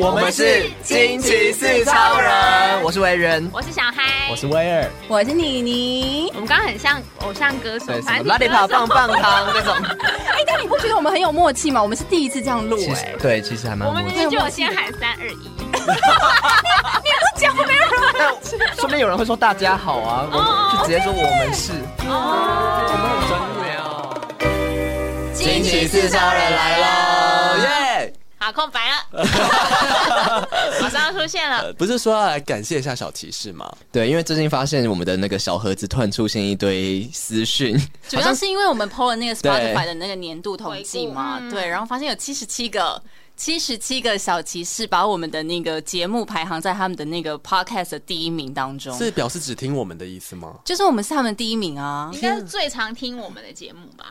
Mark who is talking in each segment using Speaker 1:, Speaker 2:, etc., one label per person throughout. Speaker 1: 我们是惊奇四超人，我是维人，
Speaker 2: 我是小嗨，
Speaker 3: 我是威尔，
Speaker 4: 我是妮妮。
Speaker 2: 我们刚刚很像偶像歌手
Speaker 1: 对，，什
Speaker 2: 反
Speaker 1: 么
Speaker 2: 正
Speaker 1: 拉力
Speaker 2: 歌手
Speaker 1: 跑棒棒糖那种，
Speaker 4: 哎，但你不觉得我们很有默契吗？我们是第一次这样录
Speaker 1: 其
Speaker 4: 哎
Speaker 1: 实，对，其实还蛮
Speaker 2: 我们
Speaker 1: 默
Speaker 2: 明
Speaker 1: 契。
Speaker 2: 明就有先喊三二一。
Speaker 1: 但说不定有人会说大家好啊，我们就直接说我们是，
Speaker 5: 哎
Speaker 2: 哦
Speaker 1: 我们很专业
Speaker 5: 啊
Speaker 1: 哦。惊奇四超人来喽，耶！
Speaker 2: 好，空白 了，马上要出现了。
Speaker 3: 呃，不是说要来感谢一下小骑士吗？
Speaker 5: 对，因为最近发现我们的那个小盒子突然出现一堆私 讯，
Speaker 4: 主要是因为我们 PO 了那个
Speaker 5: 对
Speaker 4: Spotify 的那个年度统计嘛，对，然后发现有七十七个。七十七个小骑士把我们的那个节目排行在他们的那个 podcast 的第一名当中，
Speaker 3: 是表示只听我们的意思吗？
Speaker 4: 就是我们是他们第一名啊
Speaker 2: 应。该是最常听我们的节目吧？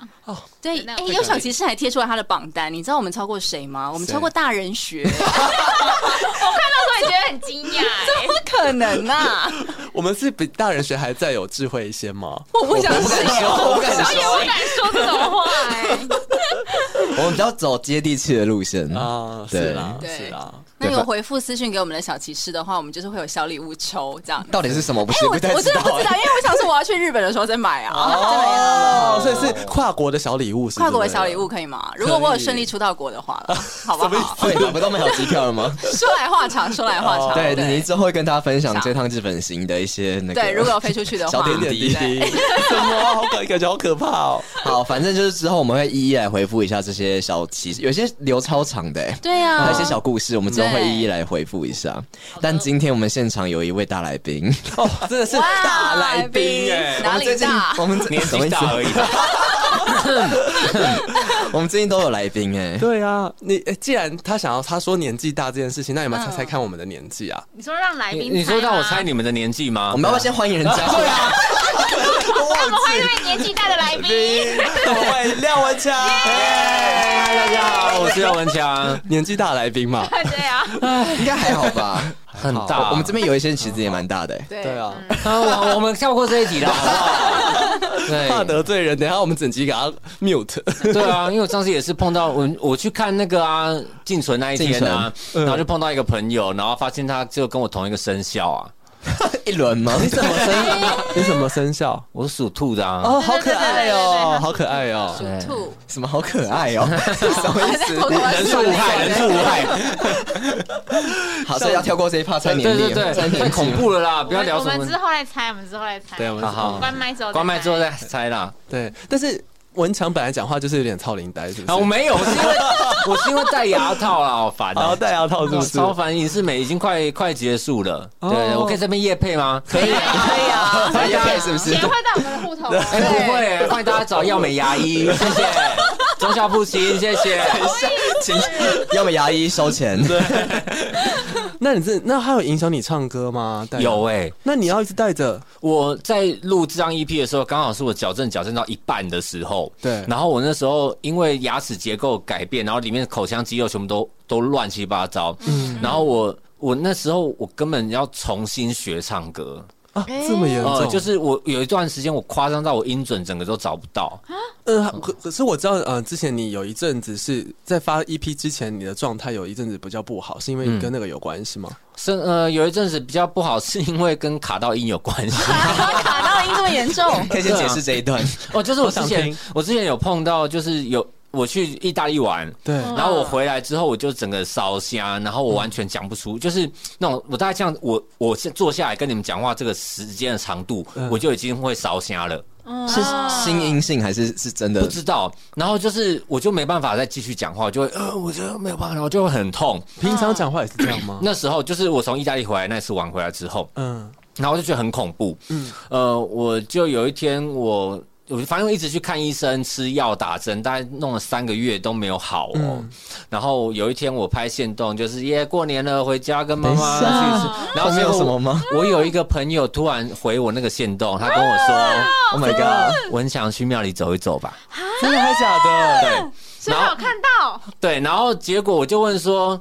Speaker 4: 对，
Speaker 2: 那
Speaker 4: 哎、
Speaker 2: 我
Speaker 4: 有小骑士还贴出来他的榜单，你知道我们超过谁吗？我们
Speaker 3: 谁
Speaker 4: 超过大人 学，
Speaker 2: 我突然觉得很惊讶、
Speaker 4: 不可能啊！
Speaker 3: 我们是比大人学还再有智慧一些吗？
Speaker 4: 我不相信，
Speaker 1: 我不敢
Speaker 2: 哎，
Speaker 1: 说，
Speaker 2: 我也不敢说这种话哎、
Speaker 5: 我们比较走接地气的路线啊。
Speaker 3: 啊，
Speaker 5: 对
Speaker 3: 是啦，
Speaker 4: 对
Speaker 3: 是啦，
Speaker 4: 那有回复私讯给我们的小骑士的话，我们就是会有小礼物抽这样。
Speaker 5: 到底是什么？不
Speaker 4: 哎、
Speaker 5: 是、
Speaker 4: 我
Speaker 5: 不太
Speaker 4: 我
Speaker 5: 知
Speaker 4: 真的不
Speaker 5: 道
Speaker 4: 知道，因为我想说我要去日本的时候再买啊。
Speaker 3: 哦，所以是跨国的小礼物，是
Speaker 4: 跨国的小礼物
Speaker 3: 不
Speaker 4: 可以吗？如果我有顺利出到国的话了，好不 好？
Speaker 5: 会买不到买好机票了 吗？
Speaker 4: 说来话长，说来话长。
Speaker 5: 哦对，你
Speaker 4: 对
Speaker 5: 之后会跟大家分享
Speaker 4: 想
Speaker 5: 这趟日本行的一些那个。
Speaker 4: 对，如果有 飞出去的话
Speaker 5: 小，
Speaker 3: 对。点点滴滴， 什么？好感感觉好可怕 哦！
Speaker 5: 好，反正就是之后我们会一一来回复一下这些小骑士，有些留超长的、欸。
Speaker 4: 对呀、
Speaker 5: 还
Speaker 4: 啊
Speaker 5: 有一些，小故事，我们之后会一一来回复一下。但今天我们现场有一位大来宾，
Speaker 3: 哦，真的是大来宾哎
Speaker 4: 哎，， 哪里大？
Speaker 5: 我们年纪大而已。 我们最近都有来宾哎、
Speaker 3: 对啊，你哎既然他想要他说年纪大这件事情，那
Speaker 4: 嗯
Speaker 3: 你们猜猜看我们的年纪 啊？
Speaker 2: 你说让来
Speaker 6: 你
Speaker 2: 宾
Speaker 6: 你说让我
Speaker 2: 吗
Speaker 6: 猜，你们的年纪
Speaker 4: 啊
Speaker 6: 吗？
Speaker 5: 我们要不要先欢迎人家？对啊，
Speaker 2: 我们欢迎一位年纪大的来宾，
Speaker 3: 喂，廖 文强，哎
Speaker 6: 嗨，大家好，我是廖文 强，
Speaker 3: 年纪大来宾嘛，
Speaker 2: 对啊，
Speaker 5: 应该还好吧。
Speaker 6: 很
Speaker 3: 好
Speaker 6: 大。
Speaker 5: 我们这边有一些其实也蛮大的、欸，
Speaker 4: 对嗯
Speaker 3: 对啊，
Speaker 6: 啊，我我们跳过这一题了，好不好？
Speaker 3: 怕
Speaker 6: 对
Speaker 3: 得罪人，等一下我们整集给他 mute。
Speaker 6: 对啊，因为我上次也是碰到我我去看那个啊静存那一天啊，然后就碰到一个朋友，然后发现他就跟我同一个生肖啊，
Speaker 5: 一轮 吗？
Speaker 3: 你什么
Speaker 4: 哎
Speaker 3: 生？你什么生肖？
Speaker 6: 我是属兔的啊。
Speaker 3: 哦，好可爱哦，好可爱哦。
Speaker 6: 对
Speaker 4: 兔，
Speaker 5: 什么好可爱哦、什么意
Speaker 4: 还在
Speaker 5: 思？
Speaker 4: 偷偷
Speaker 6: 人数无害，人数无
Speaker 2: 哦
Speaker 6: 害。
Speaker 5: 好，所以要跳过这一趴猜
Speaker 6: 对
Speaker 5: 年龄，
Speaker 6: 对
Speaker 5: 猜
Speaker 6: 对，
Speaker 5: 年
Speaker 6: 太
Speaker 5: 纪
Speaker 6: 恐怖了啦！不要聊
Speaker 2: 我
Speaker 6: 什
Speaker 2: 们。我们之
Speaker 6: 么，
Speaker 2: 后来猜，我们之后来猜。
Speaker 3: 对，我们
Speaker 6: 好好
Speaker 2: 关麦之后，
Speaker 6: 关麦之后。再猜啦。
Speaker 3: 对，但是文强本来讲话就是有点操林呆，是不是？
Speaker 6: 啊，我没有，我是因为我是因为戴牙套啦，好烦
Speaker 3: 然
Speaker 6: 啊
Speaker 5: 哦
Speaker 3: 后！戴牙套是不是？哦
Speaker 6: 超凡影视美已经快快结束了，对，我可以这边夜配吗？可以，
Speaker 4: 对呀、啊，
Speaker 5: 他也配是不是？
Speaker 2: 钱会到我们的户头吗？
Speaker 6: 哎，不会，欢迎大家找耀美牙医， 谢谢，中小复兴，谢谢。
Speaker 5: 请要么牙医收钱，
Speaker 3: 那你这那还有影响你唱歌吗？戴牙
Speaker 6: 有。哎，
Speaker 3: 那你要一直戴着，
Speaker 6: 我在录这张 EP 的时候，刚好是我矫正矫正到一半的时候，
Speaker 3: 对
Speaker 6: 然后我那时候因为牙齿结构改变，然后里面口腔肌肉全部都都乱七八糟，嗯，然后我我那时候我根本要重新学唱歌，
Speaker 3: 啊，这么严
Speaker 6: 呃，
Speaker 3: 重？
Speaker 6: 就是我有一段时间我夸张到我音准整个都找不到，
Speaker 3: 嗯，可可是我知道，呃，之前你有一阵子是在发 EP 之前，你的状态有一阵子比较不好，是因为你跟那个有关系吗？
Speaker 6: 是呃有一阵子比较不好，是因为跟卡到音有关 系。
Speaker 4: 卡到音这么严重，
Speaker 5: 可以先解释这一段。
Speaker 6: 哦，就是我之
Speaker 3: 好想
Speaker 6: 前
Speaker 3: 听
Speaker 6: 我之前有碰到，就是有我去意大利玩，
Speaker 3: 对，
Speaker 6: 然后我回来之后，我就整个烧瞎，然后我完全讲不出，就是那种我大概这样，我我现坐下来跟你们讲话这个时间的长度，
Speaker 3: 嗯
Speaker 6: 我就已经会烧瞎了，
Speaker 5: 是新阴性还是是真
Speaker 6: 不
Speaker 5: 的？
Speaker 6: 知道。然后就是我就没办法再继续讲话，我就会呃，我觉得没有办法，然后就会很痛。
Speaker 3: 平常讲话也是这样吗？
Speaker 6: 那时候就是我从意大利回来那次玩回来之后，
Speaker 3: 嗯，
Speaker 6: 然后我就觉得很恐怖。嗯，呃，我就有一天我。我反正我一直去看医生，吃药打针，大概弄了三个月都没有好哦。然后有一天我拍线动，就是耶过年了，回家跟妈妈去
Speaker 5: 等一
Speaker 6: 吃
Speaker 5: 下。
Speaker 6: 然
Speaker 5: 后
Speaker 6: 后
Speaker 5: 面
Speaker 6: 结
Speaker 5: 有
Speaker 6: 果
Speaker 5: 什么吗？
Speaker 6: 我有一个朋友突然回我那个线动，他跟我说：“
Speaker 5: ？Oh my god！
Speaker 6: 文强去庙里走一走吧。”
Speaker 3: 真的还假的？
Speaker 2: 所以我有看到，
Speaker 6: 对，然后结果我就问说，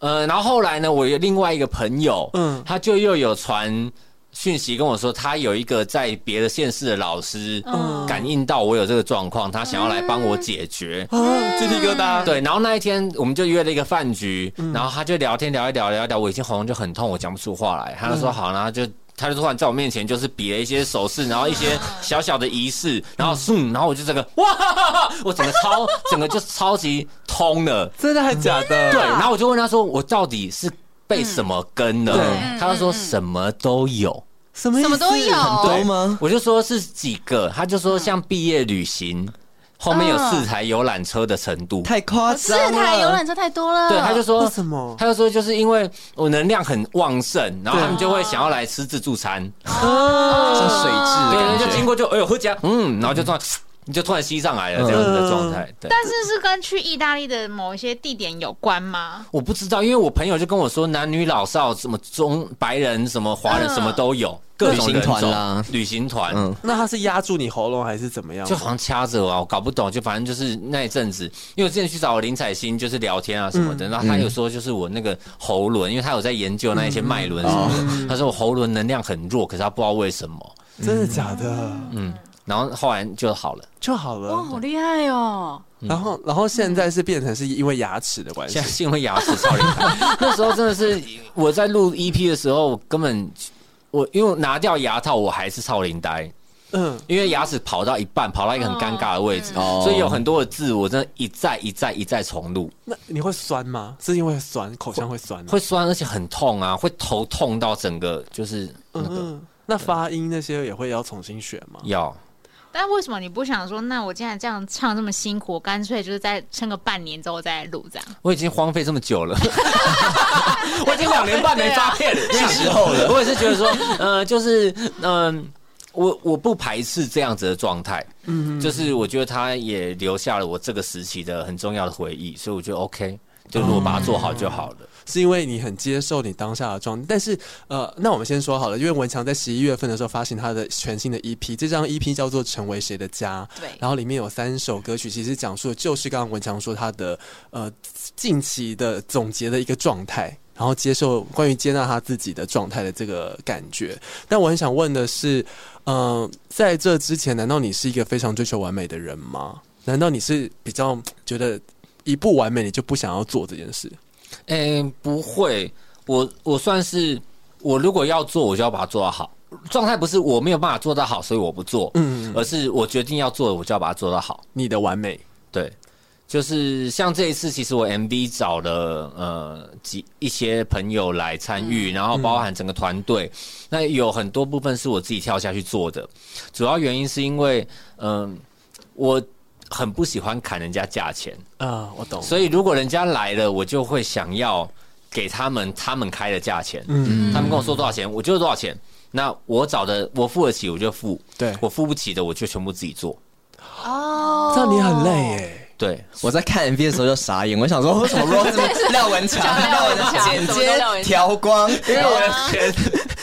Speaker 6: 呃，然后后来呢，我有另外一个朋友，
Speaker 3: 嗯
Speaker 6: 嗯，他就又有传讯息跟我说，他有一个在别的县市的老师
Speaker 3: 嗯
Speaker 6: 感应到我有这个状况，他想要来帮我解决。
Speaker 3: 啊，鸡皮疙瘩。嗯
Speaker 6: 对，然后那一天我们就约了一个饭局，然后他就聊天聊一聊聊一聊，我已经喉咙就很痛，我讲不出话来。他就
Speaker 3: 嗯
Speaker 6: 说好，然后就他就突然在我面前就是比了一些手势，然后一些小小的仪式，然后嗯，然后我就整个哇， 我整个 超整个就超级通了。
Speaker 3: 真的还假的？嗯
Speaker 6: 对，然后我就问他说，我到底是被什么跟了？
Speaker 3: 对嗯
Speaker 6: 他就说什么都有。
Speaker 3: 什么意思
Speaker 4: 什么都有
Speaker 3: 很多
Speaker 6: 对
Speaker 3: 吗？
Speaker 6: 我就说是几个，他就说像毕业旅行，后面有四台游览车的程度。
Speaker 5: 太夸
Speaker 4: 四
Speaker 5: 张
Speaker 4: 台游
Speaker 5: 了。
Speaker 4: 览车太多了。
Speaker 6: 对，他就说
Speaker 3: 为什么
Speaker 6: 他就说就是因为我能量很旺盛，然后他们就会想要来吃自助餐。
Speaker 5: 像水
Speaker 6: 对，
Speaker 5: 质的感
Speaker 6: 对就经
Speaker 5: 觉。
Speaker 6: 过就哎呦回家，嗯，然后就突然你就突然吸上来了这样子的状态。对，
Speaker 2: 但是是跟去意大利的某一些地点有关吗？
Speaker 6: 我不知道，因为我朋友就跟我说，男女老少什么中白人什么华人
Speaker 2: 嗯
Speaker 6: 什么都有，各种人
Speaker 5: 旅行团
Speaker 6: 种
Speaker 5: 啦
Speaker 6: 旅行团，
Speaker 5: 嗯
Speaker 3: 那他是压住你喉咙还是怎么样？
Speaker 6: 就好像掐着我、啊，我搞不懂。就反正就是那一阵子，因为我之前去找林采欣，就是聊天啊什么的，然后他有说就是我那个喉轮，因为他有在研究那一些脉轮什么的，他说我喉轮能量很弱，可是他不知道为什么，
Speaker 3: 真的假的？
Speaker 6: 嗯，然后后来就好了。
Speaker 3: 就好
Speaker 4: 哇，
Speaker 3: 了。
Speaker 4: 好厉害哦！
Speaker 3: 然后，然后现在是变成是因为牙齿的关系
Speaker 6: 现在。 是因为牙齿超厉害， 那时候真的是我在录 EP 的时候，我根本我因为我拿掉牙套，我还是超龄呆。
Speaker 3: 嗯，
Speaker 6: 因为牙齿跑到一半，跑到一个很尴尬的位置，
Speaker 5: 哦
Speaker 6: 所以有很多的字，我真的一再一再一再重录，
Speaker 3: 那你会酸吗？是因为酸，口腔会酸吗？
Speaker 6: 会酸，而且很痛啊，会头痛到整个就是那个
Speaker 3: 嗯，那发音那些也会要重新学吗？
Speaker 6: 要。
Speaker 2: 但为什么你不想说，那我既然这样唱这么辛苦，我干脆就是再撑个半年之后再来录这样？
Speaker 6: 我已经荒废这么久 了，我已经两年半没发片 了，那时候了。我也是觉得说，呃，就是嗯、我我不排斥这样子的状态，嗯，就是我觉得它也留下了我这个时期的很重要的回忆，所以我觉得 OK，就如果把它做好就好了。
Speaker 3: 是因为你很接受你当下的状态。但是，呃，那我们先说好了，因为文强在十一月份的时候发行他的全新的 EP，这张 EP 叫做《成为谁的家》，
Speaker 4: 对
Speaker 3: 然后里面有三首歌曲，其实讲述的就是刚刚文强说他的呃近期的总结的一个状态。然后接受关于接纳他自己的状态的这个感觉，但我很想问的是，嗯、在这之前，难道你是一个非常追求完美的人吗？难道你是比较觉得一不完美你就不想要做这件事？
Speaker 6: 诶、不会，我我算是我如果要做，我就要把它做到好。状态不是我没有办法做到好，所以我不做，
Speaker 3: 嗯
Speaker 6: 嗯，而是我决定要做，我就要把它做到好。
Speaker 3: 你的完美？
Speaker 6: 对，就是像这一次，其实我 MV 找了呃几一些朋友来参与，然后包含整个团队，那有很多部分是我自己跳下去做的，主要原因是因为嗯、我很不喜欢砍人家价钱，呃
Speaker 3: 啊，我懂。
Speaker 6: 所以如果人家来了，我就会想要给他们他们开的价钱，
Speaker 3: 嗯，
Speaker 6: 他们跟我说多少钱，我就是多少钱。那我找的我付得起我就付，
Speaker 3: 对
Speaker 6: 我付不起的我就全部自己做，
Speaker 4: 哦，
Speaker 3: 这样你很累耶。
Speaker 6: 对。
Speaker 5: 我在看 MV 的时候就傻眼，我想说为什么 Rose 这么廖文强、
Speaker 4: 廖文强
Speaker 5: 剪
Speaker 4: 什么都
Speaker 5: 接
Speaker 4: 廖文强
Speaker 5: 调光，因为我的全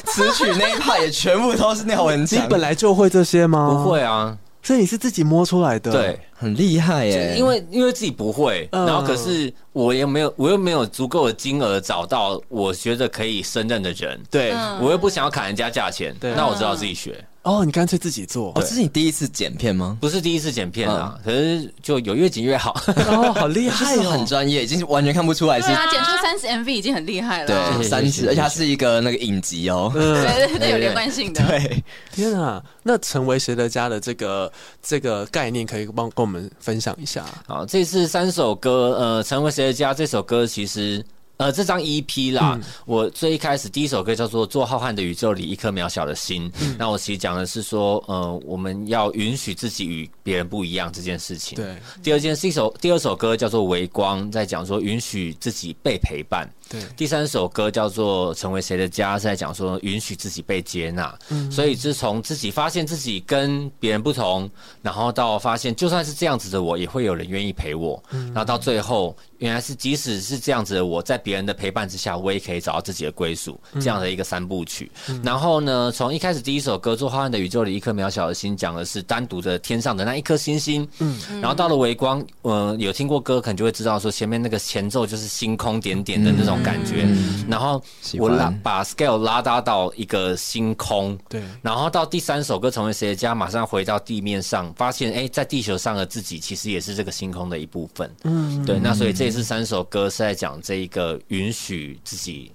Speaker 5: 词曲那一派也全部都是廖文
Speaker 3: 你
Speaker 5: 强，
Speaker 3: 本来就会这些吗？
Speaker 6: 不，会啊，
Speaker 3: 所以你是自己摸出来的。
Speaker 6: 对，，
Speaker 5: 很厉害
Speaker 6: 就
Speaker 5: 耶
Speaker 6: 是。因为因为自己不会，
Speaker 3: 嗯
Speaker 6: 然后可是我又没有，我又没有足够的金额找到我觉得可以胜任的人，嗯
Speaker 3: 对。
Speaker 6: 我又不想要砍人家价钱，
Speaker 3: 对
Speaker 6: 那我只好自己学。
Speaker 3: 哦，你干脆自己做
Speaker 5: 哦，。这是你第一次剪片吗？
Speaker 6: 不是第一次剪片
Speaker 3: 嗯
Speaker 6: 啊，可是就有越剪越好。
Speaker 3: 哦，好厉害
Speaker 5: 是很
Speaker 3: 哦！
Speaker 5: 专业，已经完全看不出来是
Speaker 4: 对啊，剪出三十 MV 已经很厉害了。
Speaker 5: 对
Speaker 6: 谢谢
Speaker 5: 三
Speaker 6: 谢
Speaker 5: 支，
Speaker 6: 谢
Speaker 5: 而且它是一个那个影集哦。
Speaker 3: 嗯，
Speaker 4: 对对对，有连贯性的。
Speaker 5: 对，
Speaker 3: 天啊，那成为谁的家的这个这个概念，可以帮跟我们分享一下？
Speaker 6: 好，这次三首歌，呃，《成为谁的家》这首歌其实。呃，这张 EP 啦，我最一开始第一首歌叫做《做浩瀚的宇宙里一颗渺小的心》，那我其实讲的是说，呃，我们要允许自己与别人不一样这件事情。
Speaker 3: 对
Speaker 6: 第二件是一首第二首歌叫做《微光》，在讲说允许自己被陪伴。
Speaker 3: 对，
Speaker 6: 第三首歌叫做《成为谁的家》，是在讲说允许自己被接纳。所以自从自己发现自己跟别人不同，然后到发现就算是这样子的我，也会有人愿意陪我。然后到最后，原来是即使是这样子的我，在别人的陪伴之下，我也可以找到自己的归属。
Speaker 5: 嗯
Speaker 6: 这样的一个三部曲。然后呢，从一开始第一首歌《做浩瀚的宇宙里一颗渺小的心》，讲的是单独的天上的那一颗星星。嗯，然后到了微光，呃，有听过歌可能就会知道说前面那个前奏就是星空点点的那种种感觉。然后
Speaker 5: 嗯喜
Speaker 6: 我
Speaker 5: 欢
Speaker 6: 拉把 scale 拉大到一个星空，
Speaker 3: 对
Speaker 6: 然后到第三首歌《成为谁的家》，马上回到地面上，发现哎，在地球上的自己其实也是这个星空的一部分。嗯，对。那所以这也是三首歌是在讲这一个允许自己，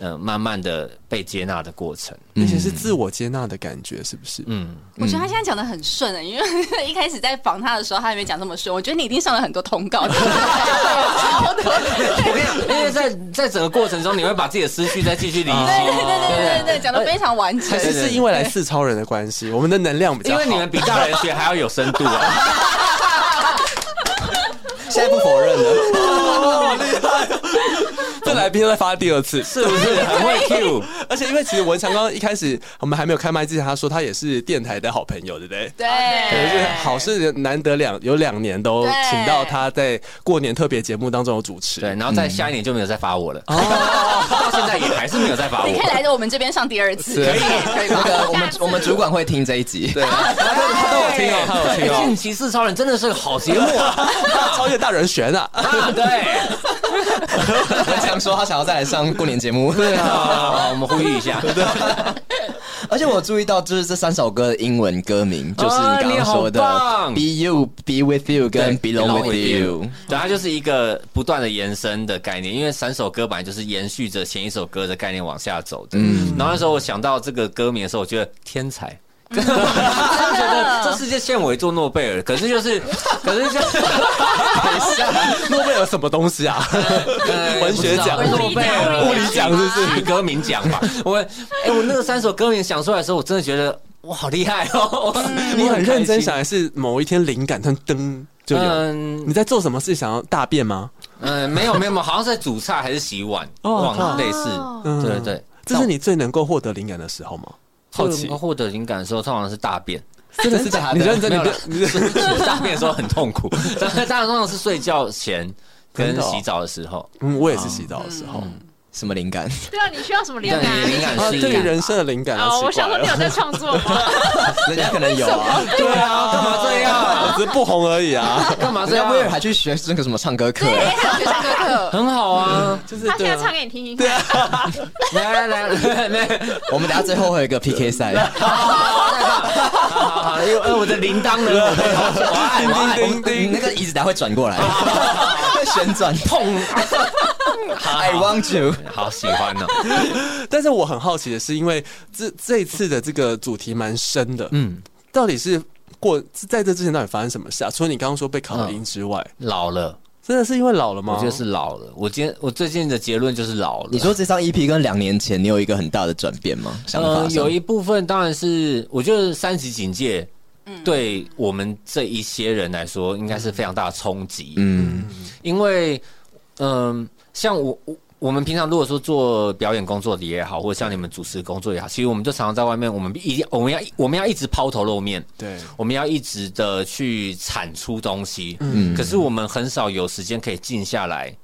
Speaker 6: 呃，慢慢的被接纳的过程。
Speaker 3: 而且是自我接纳的感觉，是不是？
Speaker 6: 嗯，
Speaker 4: 我觉得他现在讲的很顺的、因为一开始在访他的时候，他还没讲这么顺。我觉得你一定上了很多通告，超多。
Speaker 6: 我跟你讲， 因为在在整个过程中，你会把自己的思绪再继续理清。
Speaker 4: 对 对对对对对，讲的非常完整
Speaker 3: 还。是是因为来四超人的关系，我们的能量比较
Speaker 6: 因
Speaker 3: 好。
Speaker 6: 为你们比大人学还要有深度啊！
Speaker 5: 现在不否认了，
Speaker 3: 哦这来宾又在发第二次，
Speaker 6: 是不是很会 Q？
Speaker 3: 而且因为其实文强刚刚一开始我们还没有开麦之前，他说他也是电台的好朋友，对不对？
Speaker 4: 对
Speaker 3: 可能是好事难得两有两年都
Speaker 4: 对
Speaker 3: 请到他在过年特别节目当中有主持，
Speaker 6: 对，然后再下一年就没有再罚我了，到现在也还是没有再罚
Speaker 4: 你可以
Speaker 6: 我。
Speaker 4: 来到我们这边上第二次，
Speaker 5: 是
Speaker 4: 可以可以
Speaker 5: 那
Speaker 4: 吧？
Speaker 5: 个我们我们主管会听这一集，对，
Speaker 3: 他都有听哦，他有
Speaker 6: 对
Speaker 3: 听
Speaker 6: 《
Speaker 3: 哦
Speaker 6: 近，期哎四超人》真的是个好节目啊！
Speaker 3: 超越大人悬 啊！
Speaker 6: 啊对，
Speaker 5: 我想说他想要再来上过年节目，对
Speaker 6: 啊，我们呼吁一下，
Speaker 5: 而且我注意到，就是这三首歌的英文歌名，就是
Speaker 6: 啊
Speaker 5: 你刚刚说的
Speaker 6: 你好棒
Speaker 5: “Be You”、“Be With You” 跟 “Belong With You”。
Speaker 6: 对，它就是一个不断的延伸的概念，因为三首歌本来就是延续着前一首歌的概念往下走的。嗯，然后那时候我想到这个歌名的时候，我觉得 天才。真的觉得这世界欠我一座诺贝尔，可是就是，可是就
Speaker 3: 诺贝尔什么东西啊？ 文学奖
Speaker 6: 诺贝尔
Speaker 3: 物理奖是不是？
Speaker 6: 取歌名奖吧。我哎、我那个三首歌名想出来的时候，我真的觉得哇，好厉害哦！
Speaker 3: 你
Speaker 6: 我
Speaker 3: 很认真
Speaker 6: 开心
Speaker 3: 想，还是某一天灵感噔噔就有？
Speaker 6: 嗯
Speaker 3: 你在做什么事？想要大便吗？
Speaker 6: 嗯，没有没有，没有好像在煮菜还是洗碗，
Speaker 3: 哦
Speaker 6: 忘了
Speaker 3: 哦
Speaker 6: 类似，
Speaker 3: 嗯
Speaker 6: 对对对。
Speaker 3: 这是你最能够获得灵感的时候吗？好奇，
Speaker 6: 获得灵感的时候，通常是大 便，
Speaker 3: 真的是
Speaker 5: 啊
Speaker 3: 假的？你认真，
Speaker 6: 没
Speaker 3: 你
Speaker 6: 有
Speaker 3: 不
Speaker 6: 啦
Speaker 3: 要
Speaker 6: 大便的时候很痛苦，大大通常是睡觉前
Speaker 3: 真
Speaker 6: 跟
Speaker 3: 的哦
Speaker 6: 洗澡的时候，
Speaker 3: 嗯，我也是洗澡的时候，
Speaker 5: 什么灵感？
Speaker 2: 对啊，你需要什么灵
Speaker 6: 对
Speaker 2: 感？
Speaker 6: 灵感
Speaker 3: 啊，
Speaker 6: 是一
Speaker 3: 对于
Speaker 6: 个。
Speaker 3: 人生的灵感啊，
Speaker 2: 哦，我
Speaker 3: 奇怪
Speaker 2: 想说 你有
Speaker 3: 了，
Speaker 2: 在创作吗？
Speaker 5: 人家可能有啊，
Speaker 6: 对啊，干嘛这 样？
Speaker 3: 我只是不红而已啊，
Speaker 6: 干嘛
Speaker 5: 人
Speaker 6: 这
Speaker 5: 家威尔
Speaker 6: 样？
Speaker 5: 还去学那个什么唱歌课，
Speaker 4: 学生哥哥，
Speaker 6: 很好啊，
Speaker 3: 就是
Speaker 2: 他现
Speaker 3: 对
Speaker 2: 在
Speaker 3: 啊
Speaker 2: 唱给你听听看。
Speaker 6: 来来来来来，
Speaker 5: 我们等下最后会有一个 PK 赛，
Speaker 6: 好好好，因为哎我的铃铛 呢？我按我按
Speaker 3: 叮叮
Speaker 5: 你那
Speaker 3: 叮，
Speaker 5: 个椅子等下会转过来，会 旋 转痛。I want you，
Speaker 6: 好喜欢哦。
Speaker 3: 但是我很好奇的是，因为这这一次的这个主题蛮深的，嗯，到底是过在这之前到底发生什么事啊？除了你刚刚说被考音之外，
Speaker 6: 老了，
Speaker 3: 真的是因为老了吗？
Speaker 6: 嗯我觉得是老了。我今天我最近的结论就是老了。
Speaker 5: 你说这张 EP 跟两年前你有一个很大的转变吗？想法
Speaker 6: 呃，
Speaker 5: 上
Speaker 6: 有一部分当然是，我觉得三级警戒，对我们这一些人来说，应该是非常大的冲击。
Speaker 5: 嗯，
Speaker 6: 因为，嗯、像我我我们平常如果说做表演工作的也好，或者像你们主持工作也好，其实我们就常常在外面，我们一定我们要我们要一直抛头露面，
Speaker 3: 对，
Speaker 6: 我们要一直的去产出东西，嗯，可是我们很少有时间可以静下来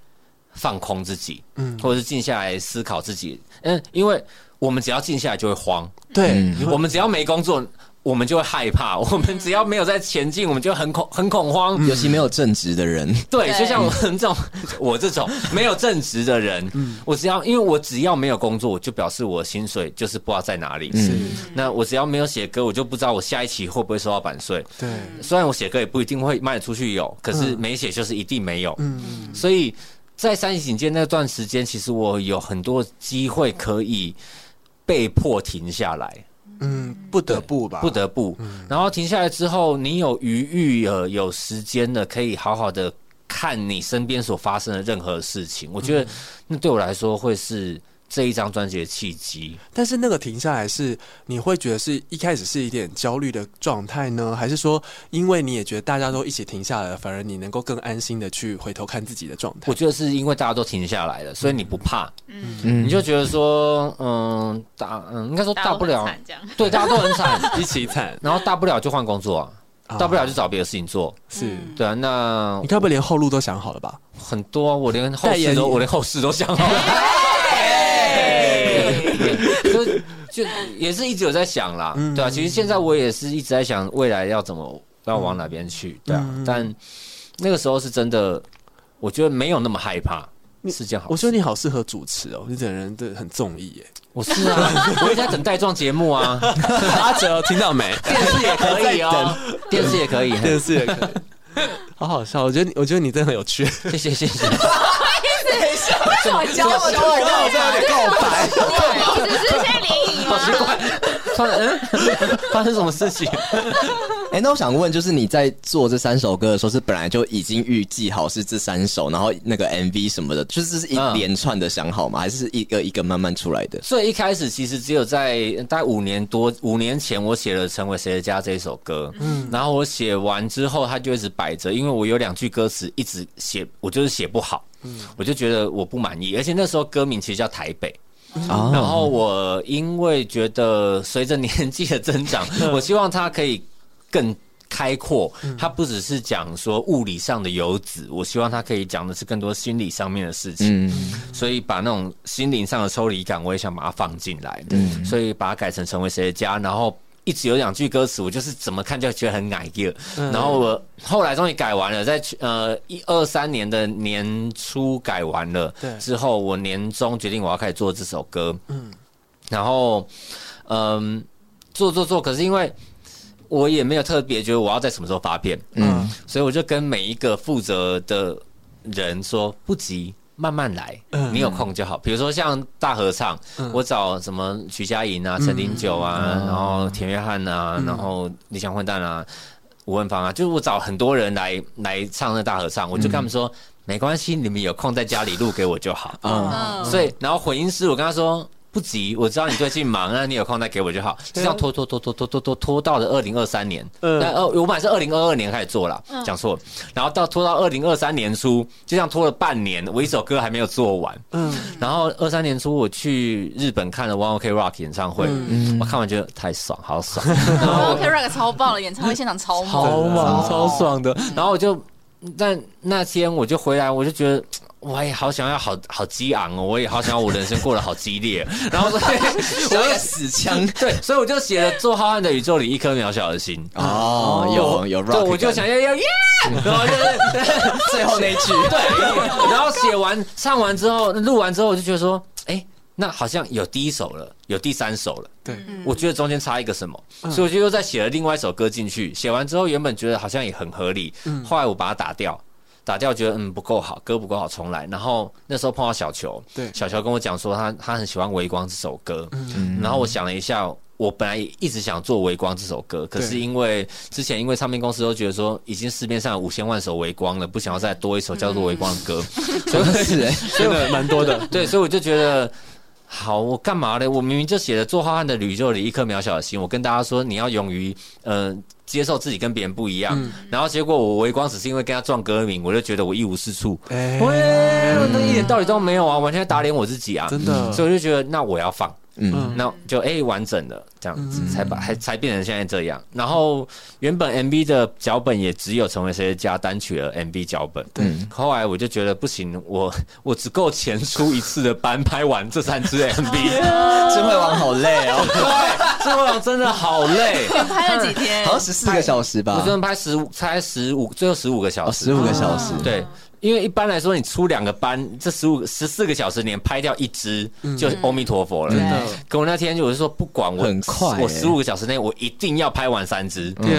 Speaker 6: 放空自己，嗯，或者是静下来思考自己，嗯，因为我们只要静下来就会慌，
Speaker 3: 对，
Speaker 6: 我们只要没工作。我们就会害怕，我们只要没有在前进，我们就很恐很恐慌。
Speaker 5: 尤其没有正直的人，
Speaker 6: 对，
Speaker 4: 对
Speaker 6: 就像我们这种 我这种没有正职的人，我只要因为我只要没有工作，我就表示我薪水就是不知道在哪里。是，那我只要没有写歌，我就不知道我下一期会不会收到版税。
Speaker 3: 对，
Speaker 6: 虽然我写歌也不一定会卖得出去有，可是没写就是一定没有。
Speaker 3: 嗯
Speaker 6: 所以在三级警戒那段时间，其实我有很多机会可以被迫停下来，
Speaker 3: 嗯，不得不吧，
Speaker 6: 不得不。然后停下来之后，你有余裕呃，有时间的，可以好好的看你身边所发生的任何事情。我觉得那对我来说会是这一张专辑的契机。
Speaker 3: 但是那个停下来是，你会觉得是一开始是一点焦虑的状态呢，还是说因为你也觉得大家都一起停下来了，反而你能够更安心的去回头看自己的状态
Speaker 6: 我？觉得是因为大家都停下来了，所以你不怕，
Speaker 5: 嗯
Speaker 6: 你就觉得说，嗯，大，嗯，应该说大不
Speaker 2: 家都
Speaker 6: 了
Speaker 2: 很，惨这样。
Speaker 6: 对，大家都很惨，
Speaker 3: 一起惨
Speaker 6: 然后大不了就换工作啊，大不了就找别的事情做。
Speaker 3: 是，
Speaker 6: 对啊，那
Speaker 3: 你该不会连后路都想好了吧？
Speaker 6: 很多啊我连后
Speaker 3: 代言
Speaker 6: 事都
Speaker 3: 人
Speaker 6: 我连后事都想 好了。就就也是一直有在想啦，
Speaker 3: 嗯
Speaker 6: 对啊，其实现在我也是一直在想未来要怎么要
Speaker 3: 嗯
Speaker 6: 往哪边去，对啊，但那个时候是真的，我觉得没有那么害怕，是件好事。
Speaker 3: 我觉得你好适合主持哦，你整个人对很综艺耶。
Speaker 6: 我是 啊，我也在等带状节目啊，
Speaker 3: 阿哲听到没？
Speaker 6: 电视也可以哦，电视也可以，
Speaker 3: 电视也可以，好好笑。我觉得你，我觉得你真的很有趣。
Speaker 6: 谢谢谢谢。
Speaker 4: 这么教我教我
Speaker 5: 我这有点告白，
Speaker 2: 你只是在联谊
Speaker 6: 好奇
Speaker 2: 吗？
Speaker 6: 怪，突然嗯，发生什么事情？
Speaker 5: 哎、那我想问，就是你在做这三首歌的时候，是本来就已经预计好是这三首，然后那个 MV 什么的，就是是一
Speaker 6: 嗯
Speaker 5: 连串的想好吗？还是一个一个慢慢出来的？
Speaker 6: 所以一开始其实只有在大概五年多五年前，我写了《成为谁的家》这一首歌，嗯，然后我写完之后，它就一直摆着，因为我有两句歌词一直写，我就是写不好，嗯，我就觉得我不满意，而且那时候歌名其实叫台北，
Speaker 5: 啊
Speaker 6: 然后我因为觉得随着年纪的增 长，我希望它可以更。开阔，它不只是讲说物理上的游子，我希望它可以讲的是更多心理上面的事情。
Speaker 5: 嗯，
Speaker 6: 所以把那种心灵上的抽离感，我也想把它放进来。所以把它改成成为谁的家，然后。一直有两句歌词，我就是怎么看就觉得很矮个、然后我后来终于改完了，在去呃一二三年的年初改完了，
Speaker 3: 对
Speaker 6: 之后我年终决定我要开始做这首歌，嗯，然后嗯做做做，可是因为我也没有特别觉得我要在什么时候发片，嗯，所以我就跟每一个负责的人说不急。慢慢来，你有空就好。比如说像大合唱，我找什么徐佳莹啊、陈零九啊，然后田约翰啊，然后理想混蛋啊、吴文芳啊，就是我找很多人来来唱那大合唱，我就跟他们说，没关系，你们有空在家里录给我就好。
Speaker 5: 啊
Speaker 4: 嗯，
Speaker 6: 所以，然后混音师，我跟他说不急，我知道你最近忙， 那你有空再给我就好。就这样拖拖拖拖拖拖拖拖到了二零二三年，
Speaker 3: 啊嗯
Speaker 6: 那呃，我本来是二零二二年开始做啦，讲错了。然后到拖到二零二三年初，就这样拖了半年，我一首歌还没有做完。
Speaker 3: 嗯，
Speaker 6: 然后二三年初我去日本看了 One OK Rock 演唱会，
Speaker 3: 嗯
Speaker 6: 我看完觉得太爽，好爽。
Speaker 3: 啊
Speaker 6: 然后
Speaker 4: 后 OK Rock 超棒了，演唱会现场超猛，
Speaker 3: 好忙，
Speaker 4: 超
Speaker 3: 超爽的。
Speaker 6: 然后我就，但那天我就回来，我就觉得。我也好想要好好激昂哦，我也好想要我人生过得好激烈。然后所以
Speaker 5: 我有死枪
Speaker 6: 对，所以我就写了《做浩瀚的宇宙里一颗渺小的心》。
Speaker 5: 哦，有有 rock，
Speaker 6: 对，我就
Speaker 5: 感
Speaker 6: 想要要耶，然后就是
Speaker 5: 最后那一句，
Speaker 6: 对，然后写完唱完之后，录完之后，我就觉得说，哎，那好像有第一首了，有第三首了。
Speaker 3: 对，
Speaker 6: 我觉得中间差一个什么，所以我就又再写了另外一首歌进去。写完之后，原本觉得好像也很合理，后来我把它打掉，打掉觉得嗯不够好，歌不够好，重来。然后那时候碰到小球，
Speaker 3: 对
Speaker 6: 小球跟我讲说他他很喜欢《微光》这首歌，然后我想了一下。我本来也一直想做《微光》这首歌，可是
Speaker 3: 对
Speaker 6: 因为之前因为唱片公司都觉得说，已经市面上有五千万首《微光》了，不想要再多一首叫做《微光》的歌，
Speaker 5: 真的是哎、
Speaker 3: 真的蛮多的。
Speaker 6: 对，所以我就觉得，好，我干嘛呢？我明明就写了《做浩瀚的宇宙里一颗渺小的心》，我跟大家说你要勇于呃接受自己跟别人不一样，
Speaker 3: 嗯
Speaker 6: 然后结果我微光只是因为跟他撞歌名，我就觉得我一无是处，
Speaker 3: 哎
Speaker 6: 喂，我都一点道理都没有啊，完全在打脸我自己啊，
Speaker 3: 真的
Speaker 6: 所以我就觉得那我要放。
Speaker 5: 嗯
Speaker 3: 嗯
Speaker 6: 那就哎、完整的这样子，才把还才变成现在这样。然后原本 MV 的脚本也只有成为谁的家单曲的 MV 脚本，对。后来我就觉得不行，我我只够钱出一次的班拍完这三支 MV，
Speaker 5: 智慧王好累哦，
Speaker 6: 对，这会真的好累。
Speaker 4: 拍了几天
Speaker 5: 好，像十四个小时吧
Speaker 6: 我，真的拍十五，才十五，最后十五个小
Speaker 5: 哦，
Speaker 6: 时，
Speaker 5: 十五个小时，
Speaker 6: 对。因为一般来说，你出两个班，这十五十四个小时，连拍掉一支
Speaker 5: 嗯
Speaker 6: 就阿弥陀佛了。
Speaker 3: 的
Speaker 6: 可我那天我就说，不管我
Speaker 5: 很快欸
Speaker 6: 我十五个小时内我一定要拍完三支。
Speaker 3: 天，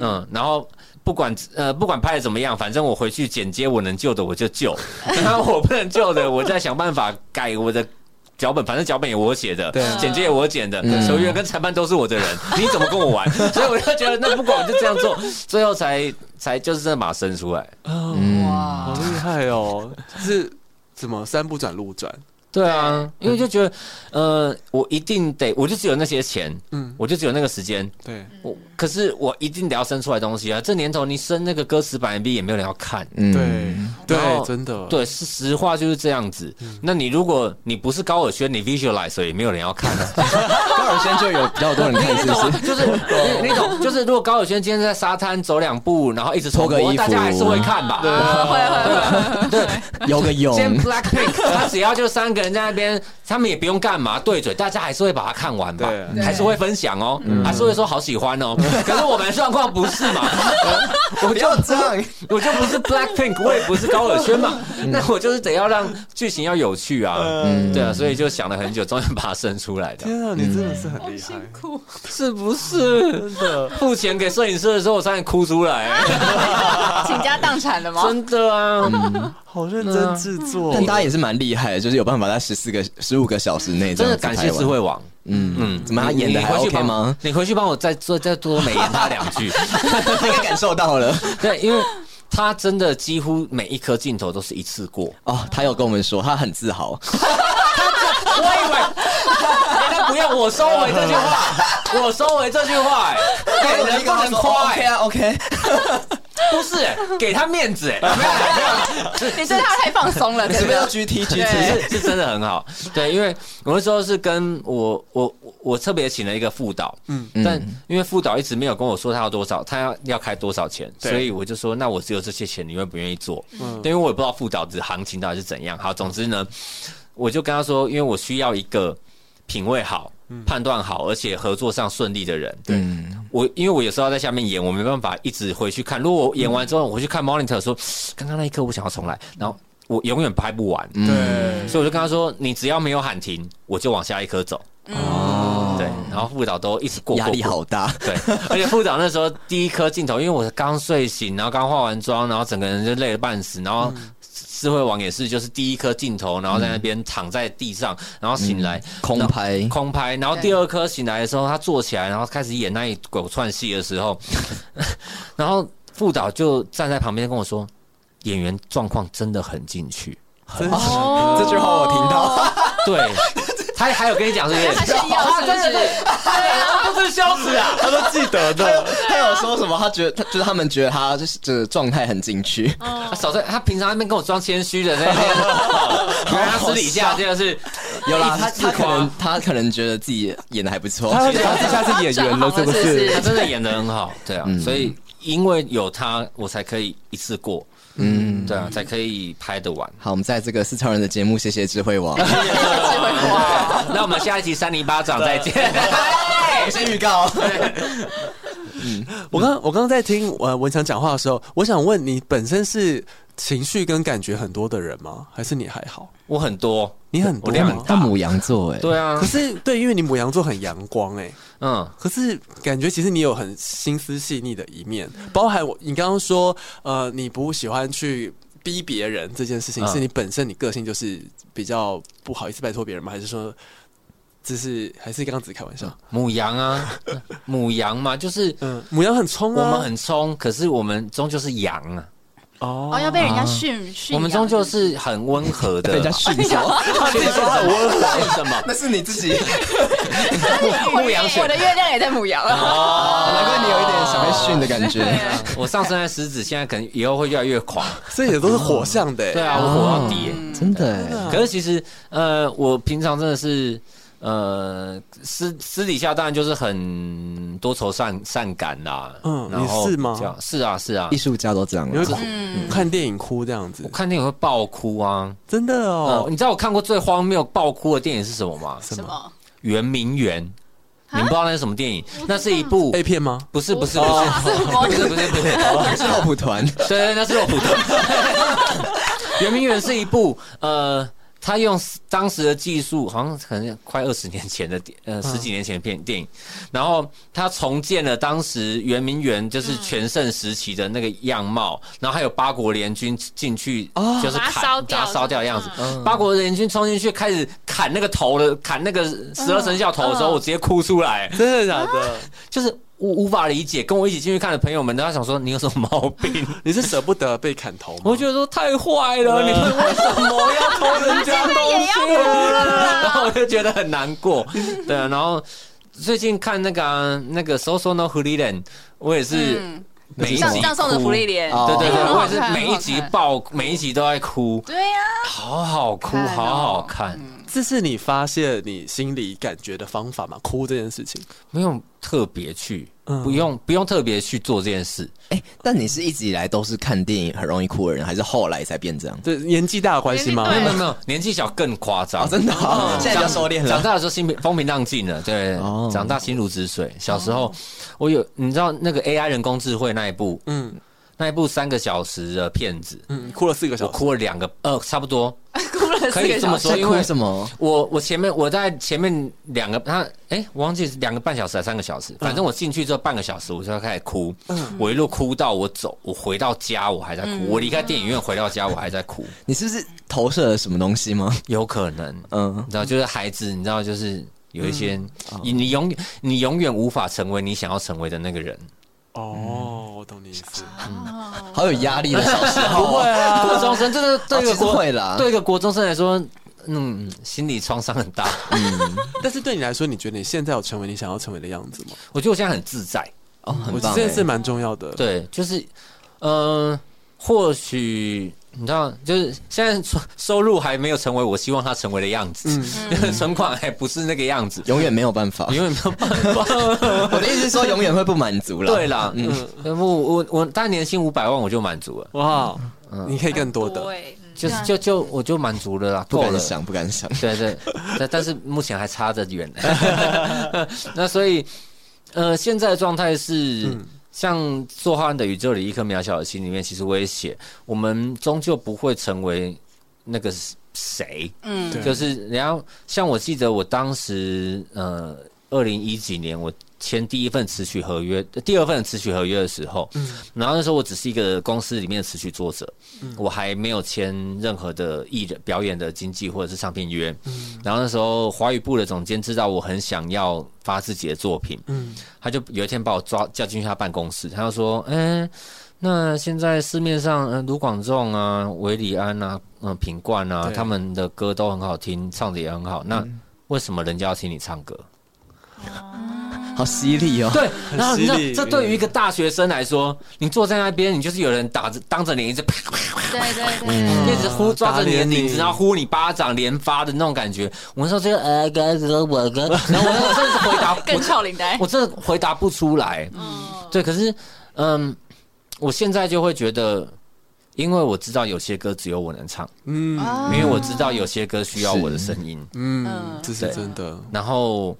Speaker 6: 嗯，然后不管呃不管拍的怎么样，反正我回去剪接，我能救的我就 救，然后我不能救的，我再想办法改我的。脚本，反正脚本也我写的，
Speaker 3: 对
Speaker 6: 剪接也我剪的，球员跟裁判都是我的 人，你怎么跟我玩？所以我就觉得，那不管我就这样 做，最后才才就是真的马生出来。
Speaker 5: 嗯，
Speaker 3: 好厉害 哦！是怎么三不转路转？
Speaker 6: 对啊，因为就觉得，呃，我一定得，我就只有那些钱，嗯，我就只有那个时间，
Speaker 3: 对，
Speaker 6: 我可是我一定得要生出来东西啊！这年头你生那个歌词版 MV 也没有人要看，
Speaker 5: 嗯
Speaker 3: 对，
Speaker 6: 然
Speaker 3: 对，
Speaker 6: 后
Speaker 3: 真的，
Speaker 6: 对，是实话就是这样子。
Speaker 5: 嗯
Speaker 6: 那你如果你不是高尔宣，你 visualize 了也没有人要看啊。
Speaker 5: 高尔宣就有比较多人看，
Speaker 6: 你
Speaker 5: 是
Speaker 6: 懂
Speaker 5: 不
Speaker 6: 吗？
Speaker 5: 是？
Speaker 6: 就是
Speaker 5: 哦
Speaker 6: 你你懂，就是如果高尔宣今天在沙滩走两步，然后一直
Speaker 5: 脱
Speaker 6: 重
Speaker 5: 个
Speaker 6: 播
Speaker 5: 衣
Speaker 6: 大家还是
Speaker 5: 服嗯
Speaker 6: 会看吧？
Speaker 4: 会会会，
Speaker 5: 游个泳
Speaker 6: 今，天 Blackpink 他只要就三个个人在那边，他们也不用干嘛对嘴，大家还是会把它看完吧
Speaker 3: 对啊，
Speaker 6: 还是会分享哦，
Speaker 5: 嗯
Speaker 6: 还是会说好喜欢哦。可是我们状况不是嘛，我 我
Speaker 5: 不
Speaker 6: 就
Speaker 5: 要这样，嗯
Speaker 6: 我就不是 Blackpink，我也不是高尔宣嘛，那我就是得要让剧情要有趣啊，对啊，所以就想了很久，终于把它生出来的，
Speaker 3: 天啊，你真的是很厉害，
Speaker 6: 是不是？
Speaker 3: 真的。
Speaker 6: 付钱给摄影师的时候，我差点哭出来，
Speaker 4: 倾家荡产了吗？
Speaker 6: 真 的啊，
Speaker 3: 好认真制作
Speaker 5: 但，他也是蛮厉害的，就是有办法在十四个、十五个小时内这
Speaker 6: 真
Speaker 5: 样
Speaker 6: 的
Speaker 5: 子拍
Speaker 6: 感
Speaker 5: 完
Speaker 6: 谢智慧，网。
Speaker 5: 嗯嗯，怎么他
Speaker 6: 你
Speaker 5: 演的
Speaker 6: 你
Speaker 5: 还
Speaker 6: 回去
Speaker 5: OK
Speaker 6: 帮
Speaker 5: 吗？？
Speaker 6: 你回去帮我再做再多美言他两 句，
Speaker 5: 他应该感受到了
Speaker 6: 对，因为他真的几乎每一颗镜头都是一次 过。
Speaker 5: 哦，他有跟我们说他很自豪，
Speaker 6: 我以为， 哎那不要我收回这 句话，我收回这句话、哎哎，人不能夸、
Speaker 5: OK
Speaker 6: 哎，
Speaker 5: 啊 OK，
Speaker 6: 不是、哎给他面子、哎，没有没有
Speaker 4: 你对他太放松了，
Speaker 5: 你
Speaker 4: 对
Speaker 5: 是
Speaker 4: 不
Speaker 5: 不是
Speaker 4: 对
Speaker 5: 要？GT
Speaker 6: 是
Speaker 5: GT？
Speaker 6: 哎是是真的很好，对，因为我那时候是跟我我我我特别请了一个副导，嗯，但因为副导一直没有跟我说他要多少，他要要开多少钱，
Speaker 3: 对
Speaker 6: 所以我就说那我只有这些钱，你愿不愿意做？嗯，因为我也不知道副导的行情到底是怎样。好，总之呢，我就跟他说，因为我需要一个品味好、判断好，而且合作上顺利的人，嗯对。
Speaker 5: 嗯，
Speaker 6: 我因为我有时候要在下面演，我没办法一直回去看。如果我演完之后，我去看 monitor 说，刚刚那一刻我想要重来，然后我永远拍不完。
Speaker 3: 对，
Speaker 6: 所以我就跟他说：“你只要没有喊停，我就往下一颗走。”哦，对，然后副导都一直过
Speaker 5: 压
Speaker 6: 过
Speaker 5: 力
Speaker 6: 过。
Speaker 5: 好大，
Speaker 6: 对，而且副导那时候第一颗镜头，因为我刚睡醒，然后刚化完妆，然后整个人就累得半死，然后
Speaker 5: 嗯
Speaker 6: 智慧王也是，就是第一颗镜头，然后在那边躺在地上，然后醒来，
Speaker 5: 嗯空拍
Speaker 6: 空拍，然后第二颗醒来的时候，他坐起来，然后开始演那一狗串戏的时候， 然后副导就站在旁边跟我说：“演员状况真的很进去。”
Speaker 3: 真的是
Speaker 5: 这句话我听到，
Speaker 6: 对，他还有跟你讲是不是？
Speaker 4: 他炫耀是不是？
Speaker 6: 他不是羞耻啊！
Speaker 3: 他都记得的。
Speaker 5: 他有说什么？他觉得他就是他们觉得他就是这个状态很进去，
Speaker 6: 他少在，他平常那边跟我装谦虚的在那 边，原来他私底下真的是
Speaker 5: 有啦，
Speaker 6: 一直
Speaker 5: 他
Speaker 6: 自
Speaker 5: 他可
Speaker 6: 夸
Speaker 5: 能他可能觉得自己演的还不错，
Speaker 3: 哦他觉得自下是演员了，是
Speaker 4: 转行了是不
Speaker 3: 不嗯是
Speaker 4: 是？
Speaker 6: 他真的演的很好，对啊，所以因为有他，我才可以一次过，嗯，对啊，才可以拍得完。
Speaker 5: 好，我们在这个四超人的节目，谢谢智慧王。
Speaker 6: 那我们下一集三零八掌再见。
Speaker 3: 啊
Speaker 5: 先预告，
Speaker 3: 我刚我刚刚在听呃文强讲话的时候，我想问你，本身是情绪跟感觉很多的人吗？还是你还好？
Speaker 6: 我很多，
Speaker 3: 你很多
Speaker 6: 我量很
Speaker 3: 吗？
Speaker 5: 他母羊座哎，
Speaker 6: 对啊
Speaker 3: 可，是对，因为你母羊座很阳光哎、
Speaker 6: 嗯，
Speaker 3: 可是感觉其实你有很心思细腻的一面，包含我你刚刚说呃你不喜欢去逼别人这件事情，
Speaker 6: 嗯
Speaker 3: 是你本身你个性就是比较不好意思拜托别人吗？还是说只是还是刚刚只是开玩笑？
Speaker 6: 母羊啊， 母羊嘛，就是
Speaker 3: 嗯，母羊很冲
Speaker 6: 我
Speaker 3: 啊，
Speaker 6: 们很冲，可是我们终究是羊啊。
Speaker 3: 哦
Speaker 4: 哦，要被人家训训。
Speaker 6: 我们终究是很温和的，啊
Speaker 5: 被人家训笑，
Speaker 6: 他自己说很 温和，为什么？
Speaker 5: 那是你自己，
Speaker 6: 牧羊犬
Speaker 4: 我的月亮也在母羊啊。
Speaker 5: 哦难怪你有一点想被训的感觉。
Speaker 6: 我上升在狮子，现在可能以后会越来越狂。
Speaker 3: 这也都是火象的、欸，
Speaker 6: 对啊，我火到底耶、
Speaker 5: 嗯真的哎
Speaker 6: 可是其实，呃，我平常真的是，呃，私私底下当然就是很多愁善善感啦。
Speaker 3: 嗯
Speaker 6: 然后
Speaker 3: 你是吗
Speaker 6: 这样是啊，是啊
Speaker 5: 欸，艺。术家都这样
Speaker 3: 你会 哭
Speaker 5: 啊，
Speaker 3: 看电影哭这样子
Speaker 6: 我，看电影会爆哭啊！
Speaker 3: 真的
Speaker 6: 哦、
Speaker 3: 哦，
Speaker 6: 你知道我看过最荒谬爆哭的电影是什么吗？
Speaker 3: 什
Speaker 4: 什
Speaker 3: 么
Speaker 4: 么？
Speaker 6: 《圆明园》，你啊们不知哦道那是什么电影？那是一部
Speaker 3: A 片吗？
Speaker 6: 不是不是不是 不是不是不是，
Speaker 5: 是肉蒲团，
Speaker 6: 对对，那是肉蒲团。圆明园是一部呃，他用当时的技术，好像可能快二十年前的电呃十几年前的片电影，然后他重建了当时圆明园就是全盛时期的那个样貌，然后还有八国联军进去就是
Speaker 2: 把它
Speaker 6: 砍
Speaker 2: 烧
Speaker 6: 把
Speaker 2: 掉
Speaker 6: 它烧掉的样子。八国联军冲进去开始砍那个头的，砍那个十二生肖头的时候，我直接哭出来，啊
Speaker 3: 真的假的？
Speaker 6: 就是。无无法理解，跟我一起进去看的朋友们，他想说你有什么毛病？
Speaker 3: 你是舍不得被砍头吗？
Speaker 6: 我觉得说太坏了，你们为什么要偷人家东 西？然后我就觉得很难过，对啊，然后。最近看那个啊、那个《So So No h o o l i g a n 我也是
Speaker 4: 嗯，
Speaker 6: 每一集
Speaker 4: 像像送的
Speaker 6: 哭啊
Speaker 4: 福利莲，
Speaker 5: 哦
Speaker 6: 对对对，
Speaker 4: 很
Speaker 6: 我
Speaker 4: 好
Speaker 6: 也是
Speaker 4: 看
Speaker 6: 每一集
Speaker 4: 很好看
Speaker 6: 爆，每一集都在哭，
Speaker 4: 对呀，
Speaker 6: 好好哭，
Speaker 4: 看哦
Speaker 6: 好好看，
Speaker 3: 这是你发泄你心里感觉的方法吗？哭这件事情，
Speaker 6: 没有特别去，
Speaker 3: 嗯
Speaker 6: 不用不用特别去做这件事。
Speaker 5: 哎、但你是一直以来都是看电影很容易哭的人，还是后来才变这样？
Speaker 3: 这年纪大的关系吗？
Speaker 2: 年纪
Speaker 6: 没
Speaker 2: 大
Speaker 6: 有没有，年纪小更夸张，
Speaker 5: 啊，真的、啊， 现在比较收敛
Speaker 6: 嗯长
Speaker 5: 了。
Speaker 6: 大的时候心平风平浪静了，对，
Speaker 5: 哦
Speaker 6: 长大心如止水。小时候，我有你知道那个 AI 人工智慧那一部，
Speaker 3: 嗯
Speaker 6: 那一部三个小时的片子，
Speaker 3: 嗯，哭了四个
Speaker 5: 哦
Speaker 6: 我
Speaker 3: 小时。
Speaker 6: 哭了两个，呃，差不多。
Speaker 4: 哭了四
Speaker 6: 可以
Speaker 4: 个
Speaker 6: 这
Speaker 4: 小
Speaker 6: 么
Speaker 4: 时，
Speaker 6: 说，因为
Speaker 5: 哭什么？
Speaker 6: 我我前面我在前面两个，他哎、我忘记是两个半小时还是三个小
Speaker 5: 嗯
Speaker 6: 时，反正我进去之后半个小时，我就要开始哭，我一路哭到我走，我回到家我还在哭，
Speaker 5: 嗯
Speaker 6: 我离开电影院回到家我还在 哭，
Speaker 5: 你是不是投射了什么东西吗？
Speaker 6: 有可能，
Speaker 5: 嗯
Speaker 6: 你，知道，就是孩子，你知道，就是有一些，你你永远你永远无法成为你想要成为的那个人。
Speaker 3: 哦，我懂你意思。
Speaker 5: 好有压力的小时候。不会啊，哦
Speaker 6: 国中生，这个对一
Speaker 5: 其
Speaker 6: 个
Speaker 5: 实
Speaker 6: 国
Speaker 5: 会啦。
Speaker 6: 对一个国中生来说，嗯，心理创伤很大。
Speaker 3: 但是对你来说，你觉得你现在有成为你想要成为的样子吗？
Speaker 6: 我觉得我现在很自在，
Speaker 5: 哦，很
Speaker 3: 我觉
Speaker 5: 棒、
Speaker 3: 得
Speaker 5: 欸
Speaker 3: 这。是蛮重要的。
Speaker 6: 对，就是，嗯，或许你知道，就是现在收收入还没有成为我希望它成为的样子，
Speaker 5: 嗯
Speaker 6: 存款还不是那个样子，
Speaker 5: 永远没有办法。
Speaker 6: 永远没有 办法。
Speaker 5: 我的意思是说，永远会不满足了。
Speaker 6: 对啦，嗯，我我我，但年薪五百万我就满足了。
Speaker 3: 哇，你可以更多的。
Speaker 2: 对，嗯
Speaker 6: 就是就就我就满足了啦，
Speaker 5: 不
Speaker 6: 够
Speaker 5: 敢
Speaker 6: 了。
Speaker 5: 想，不敢想。
Speaker 6: 对对，但但是目前还差得远。 那所以，呃，现在的状态是，像做浩瀚的宇宙里一颗渺小的心里面，其实我也写，我们终究不会成为那个谁，
Speaker 4: 嗯
Speaker 3: 对
Speaker 6: 就是然后像我记得我当时，呃，二零一几年我。签第一份词曲合约，呃第二份词曲合约的时候，然后那时候我只是一个公司里面的词曲作者，我还没有签任何的艺人表演的经纪或者是唱片约。然后那时候华语部的总监知道我很想要发自己的作品，
Speaker 3: 嗯
Speaker 6: 他就有一天把我抓叫进去他办公室，他就说：“嗯、那现在市面上，嗯、卢广仲啊、韦礼安啊、嗯、品冠啊，
Speaker 3: 对嗯
Speaker 6: 他们的歌都很好听，唱的也很好，那为什么人家要听你唱歌？”
Speaker 5: 好犀利哦。
Speaker 6: 对，然后你知道
Speaker 3: 犀，利嗯
Speaker 6: 这对于一个大学生来说，你坐在那边，你就是有人打着当着你一直啪啪啪
Speaker 4: 对对
Speaker 3: 嗯
Speaker 4: 对，
Speaker 6: 一直呼抓着你的领
Speaker 3: 打脸
Speaker 6: 子，
Speaker 3: 你
Speaker 6: 然后呼你巴掌，连发的那种感觉。我那时候就呃哥哥 我哥，然后我我真的是回答，
Speaker 4: 更
Speaker 6: 我
Speaker 4: 超领带。
Speaker 6: 我真的回答不出来。对，可是嗯，我现在就会觉得，因为我知道有些歌只有我能唱，
Speaker 3: 嗯
Speaker 6: 因为我知道有些歌需要我的声音，
Speaker 3: 嗯，这是真的。
Speaker 6: 然后。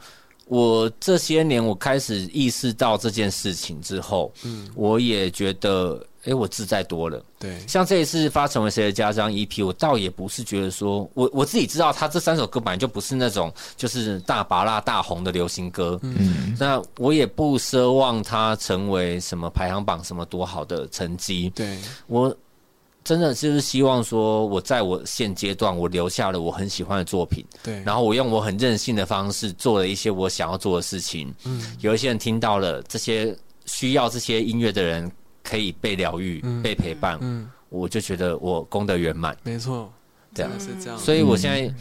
Speaker 6: 我这些年，我开始意识到这件事情之后，我也觉得，诶，我自在多了。
Speaker 3: 对，
Speaker 6: 像这一次发《成为谁的家》这张 EP，我倒也不是觉得说，我我自己知道他这三首歌本来就不是那种就是大拔辣大红的流行歌，嗯，那我也不奢望他成为什么排行榜什么多好的成绩，
Speaker 3: 对，
Speaker 6: 我真的就是希望说，我在我现阶段我留下了我很喜欢的作品，
Speaker 3: 对，
Speaker 6: 然后我用我很任性的方式做了一些我想要做的事情，嗯，有一些人听到了这些需要这些音乐的人可以被疗愈、被陪伴，
Speaker 3: 嗯
Speaker 6: 我就觉得我功德圆满，
Speaker 3: 没错，
Speaker 6: 这样
Speaker 3: 真的是这样。
Speaker 6: 所以我现在。
Speaker 3: 嗯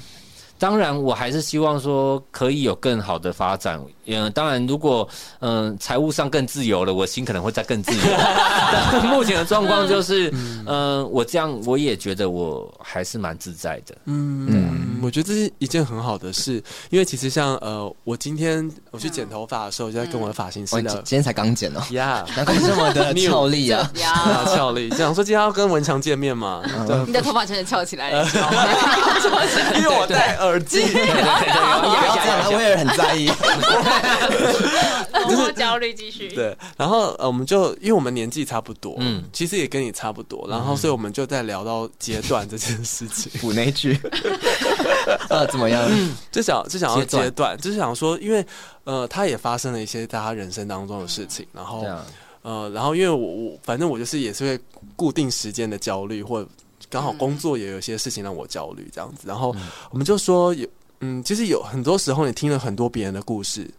Speaker 6: 当然，我还是希望说可以有更好的发展。嗯，当然，如果嗯财务上更自由了，我心可能会再更自 由。但目前的状况就是，嗯，我这样我也觉得我还是蛮自在的。
Speaker 3: 嗯， 我觉得这是一件很好的事，因为其实像呃，我今天我去剪头发的时候，我就在跟我的发型
Speaker 5: 嗯我
Speaker 3: 师
Speaker 5: 今
Speaker 3: 聊
Speaker 5: 今天才刚剪哦，
Speaker 3: 呀，
Speaker 5: 难怪你这么的
Speaker 3: 你有
Speaker 5: 俏丽啊！
Speaker 3: 大俏丽，想说今天要跟文强见面嘛，
Speaker 4: 你的头发真的翘起来了，
Speaker 3: 因为我戴耳机，
Speaker 5: 不要这样，啊我也很在意。
Speaker 2: 通货焦虑继续。
Speaker 3: 对，然后呃，我们就因为我们年纪差不多，嗯
Speaker 6: 嗯，
Speaker 3: 其实也跟你差不多，然后所以我们就在聊到阶段这件事 情，
Speaker 5: 补那一 句，呃，怎么样？
Speaker 3: 就想就想要
Speaker 6: 阶段
Speaker 3: 阶段，就是想说，因为呃，他也发生了一些在他人生当中的事情，然后
Speaker 6: 这样，
Speaker 3: 呃，然后因为我我反正我就是也是会固定时间的焦虑，或刚好工作也有一些事情让我焦虑这样子。然后我们就说有，嗯，其实有很多时候你听了很多别人的故事，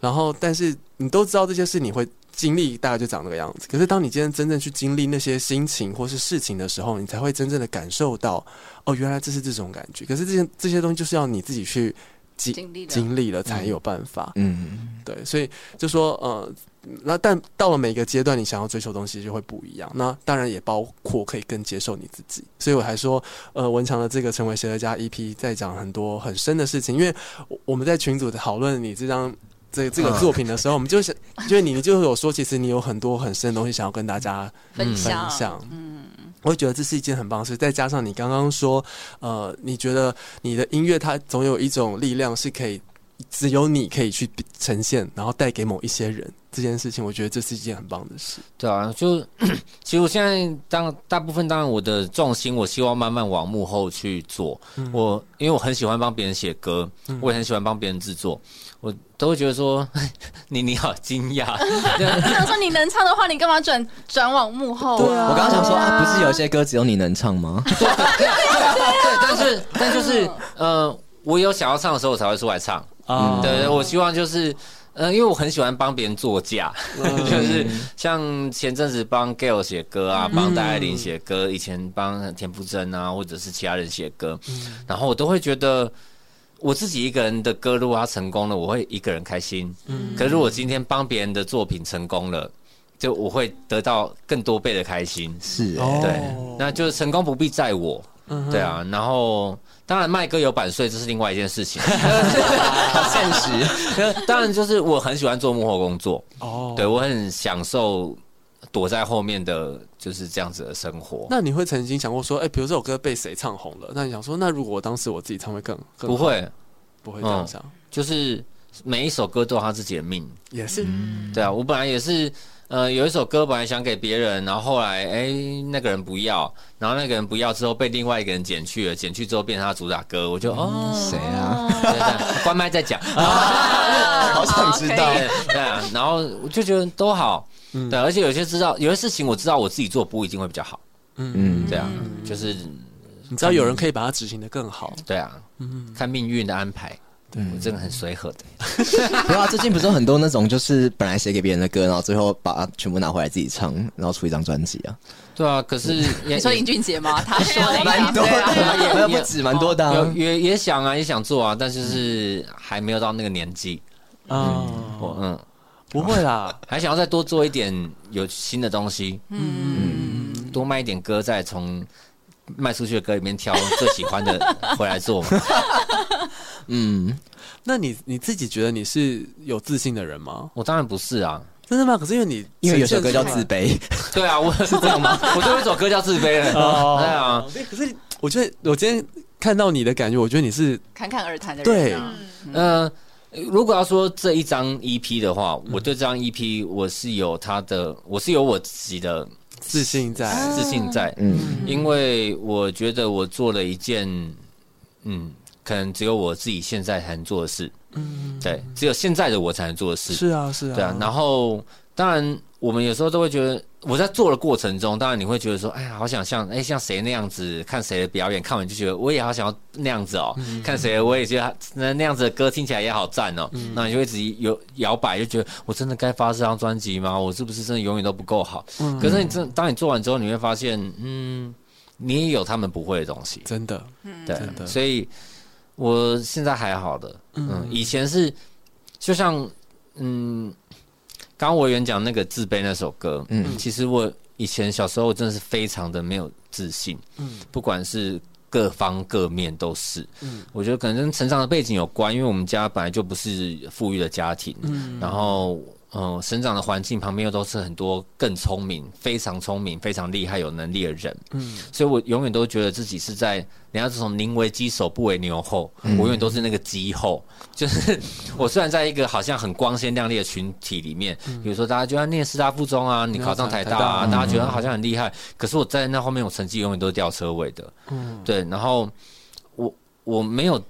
Speaker 3: 然后但是你都知道这些事你会经历，大概就长那个样子。可是当你今天真正去经历那些心情或是事情的时候，你才会真正的感受到，哦，原来这是这种感觉。可是这些这些东西就是要你自己去经
Speaker 4: 经历了
Speaker 3: 经嗯历了才有办法。
Speaker 5: 嗯，
Speaker 3: 对，所以就说呃，那但到了每个阶段，你想要追求的东西就会不一样。那当然也包括可以更接受你自己。所以我还说，呃，文强的 E 这个《成为谁的家》EP 在讲很多很深的事情，因为我我们在群组讨论你这张。这这个作品的时候，我们就是就是你你就有说，其实你有很多很深的东西想要跟大家
Speaker 4: 分
Speaker 3: 分
Speaker 4: 享，
Speaker 3: 享。嗯，我会觉得这是一件很棒的事。再加上你刚刚说，呃，你觉得你的音乐它总有一种力量是可以只有你可以去呈现，然后带给某一些人这件事情，我觉得这是一件很棒的事。
Speaker 6: 对啊，就 其实我现在当大部分当然我的重心，我希望慢慢往幕后去做。我因为我很喜欢帮别人写歌，我也很喜欢帮别人制作，我都会觉得说 你你好惊讶，
Speaker 4: 我想说你能唱的话，你干嘛转转往幕后
Speaker 3: 对啊
Speaker 5: 我刚刚想说啊，不是有些歌只有你能唱吗？
Speaker 6: 对，但是但就是呃，我有想要唱的时候，我才会出来唱。
Speaker 3: 啊
Speaker 6: 嗯对对，我希望就是，呃，因为我很喜欢帮别人作嫁， 就是
Speaker 5: 嗯
Speaker 6: 像前阵子帮 Gail 写歌啊，帮戴爱玲写歌，以前帮田馥甄啊，或者是其他人写歌，
Speaker 5: 嗯
Speaker 6: 然后我都会觉得。我自己一个人的歌，如果它成功了，我会一个人开心。
Speaker 5: 嗯
Speaker 6: 可是如果今天帮别人的作品成功了，就我会得到更多倍的开心。
Speaker 5: 是、欸
Speaker 3: 哦
Speaker 6: 对，那就是成功不必在我。
Speaker 3: 嗯
Speaker 5: 嗯
Speaker 6: 对啊，然后当然卖歌有版税，这是另外一件事 情。
Speaker 5: 好现实。
Speaker 6: 那当然就是我很喜欢做幕后工作，
Speaker 3: 哦，
Speaker 6: 对我很享受躲在后面的就是这样子的生活。
Speaker 3: 那你会曾经想过说，哎、比如这首歌被谁唱红了？那你想说，那如果我当时我自己唱会更更
Speaker 6: 不
Speaker 3: 好
Speaker 6: 会，
Speaker 3: 不会这样想，
Speaker 6: 就是每一首歌都有他自己的命。
Speaker 3: 也是
Speaker 6: 对啊，我本来也是，呃，有一首歌本来想给别人，然后后来哎、那个人不要，然后那个人不要之后被另外一个人剪去了，剪去之后变成他主打歌，我就
Speaker 3: 嗯
Speaker 6: 哦，
Speaker 5: 谁啊？
Speaker 6: 对对关麦 再讲。
Speaker 3: 啊
Speaker 4: 啊
Speaker 5: 好想知道。
Speaker 6: 对对啊，然后我就觉得都好，
Speaker 3: 嗯
Speaker 6: 对，而且有些知道，有些事情我知道我自己做不一定会比较好，
Speaker 5: 嗯，
Speaker 6: 对啊，就是
Speaker 3: 你知道有人可以把它执行的更好，
Speaker 6: 对啊，看命运的安排，对我真的很随和的，
Speaker 5: 不要、啊，最近不是有很多那种就是本来写给别人的歌，然后最后把它全部拿回来自己唱，然后出一张专辑啊，
Speaker 6: 对啊， 可是也
Speaker 4: 你说林俊杰吗？他说的
Speaker 5: 蛮多的，
Speaker 6: 也
Speaker 5: 好像不止蛮多的、
Speaker 6: 有
Speaker 5: 啊。
Speaker 6: 也也想啊，也想做啊，但就是还没有到那个年纪，
Speaker 3: 啊，
Speaker 6: 我嗯，
Speaker 3: 不会啦，
Speaker 6: 还想要再多做一点有新的东西，嗯，多卖一点歌，再从卖出去的歌里面挑最喜欢的 回来做嘛。
Speaker 5: 嗯，
Speaker 3: 那你你自己觉得你是有自信的人吗？
Speaker 6: 我当然不是啊，
Speaker 3: 真的吗？可是因为你
Speaker 5: 因为有首歌叫
Speaker 3: 呈
Speaker 5: 《
Speaker 3: 现
Speaker 5: 自卑》，
Speaker 6: 对啊，我是这样吗？ 我都有一首歌叫自卑了。
Speaker 3: 哦
Speaker 6: 对啊，
Speaker 3: 出来，可是我觉得我今天看到你的感觉，我觉得你是
Speaker 4: 侃侃而谈的
Speaker 3: 对
Speaker 4: 人啊，
Speaker 6: 嗯、如果要说这一张 EP 的话，我对这张 EP 我是有它的，我是有我自己的
Speaker 3: 自信在，
Speaker 6: 自信在，
Speaker 5: 嗯，
Speaker 6: 因为我觉得我做了一件，嗯，可能只有我自己现在才能做的事，嗯，对，只有现在的我才能做的事，
Speaker 3: 是啊是啊，
Speaker 6: 对啊，然后当然，我们有时候都会觉得，我在做的过程中，当然你会觉得说，哎呀，好想像哎像谁那样子，看谁的表演，看完就觉得我也好想要那样子哦，
Speaker 3: 嗯
Speaker 6: 看谁我也觉得他那那样子的歌听起来也好赞哦，
Speaker 3: 嗯
Speaker 6: 那、你就一直有摇摆，就觉得我真的该发这张专辑吗？我是不是真的永远都不够好？
Speaker 3: 嗯
Speaker 6: 可是你真当你做完之后，你会发现，嗯，你也有他们不会的东西，
Speaker 3: 真的
Speaker 4: 嗯
Speaker 6: 对
Speaker 3: 真，的
Speaker 6: 所以我现在还好的，嗯，以前是就像嗯，刚刚我原讲那个自卑那首歌，嗯，其实我以前小时候真的是非常的没有自信，嗯，不管是。各方各面都是，嗯，我觉得可能跟成长的背景有关，因为我们家本来就不是富裕的家庭，嗯，然后嗯、呃生长的环境旁边又都是很多更聪明、非常聪明、非常厉害、有能力的人，
Speaker 3: 嗯
Speaker 6: 所以我永远都觉得自己是在人家这种宁为鸡首不为牛后，我永远都是那个鸡后。 就是我虽然在一个好像很光鲜亮丽的群体里面，比如说大家就要念师大附中啊，你考上嗯台大啊，
Speaker 3: 嗯
Speaker 6: 大家觉得好像很厉害，可是我在那后面我成绩永远都是吊车尾的。
Speaker 3: 嗯
Speaker 6: 对，然后我我没有，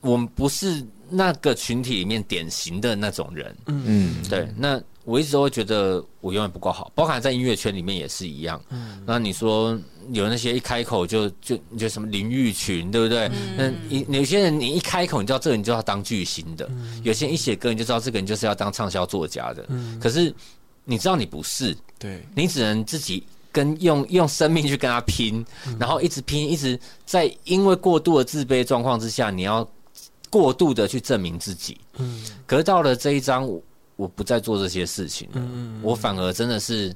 Speaker 6: 我不是那个群体里面典型的那种人。
Speaker 5: 嗯，
Speaker 6: 对，那我一直都会觉得我永远不够好，包含在音乐圈里面也是一样。那你说有那些一开口就就你就什么林育群，对不对？那你有些人你一开口，你知道这个人就要当巨星的；有些人一写歌，你就知道这个人就是要当畅销作家
Speaker 3: 嗯
Speaker 6: 的。可是你知道你不是，
Speaker 3: 对，
Speaker 6: 你只能自己跟用用生命去跟他拼，然后一直拼，一直在因为过度的自卑状况之下，你要过度的去证明自己。
Speaker 3: 嗯
Speaker 6: 可是到了这一章，我我不再做这些事情
Speaker 5: 嗯
Speaker 6: 了，我反而真的是。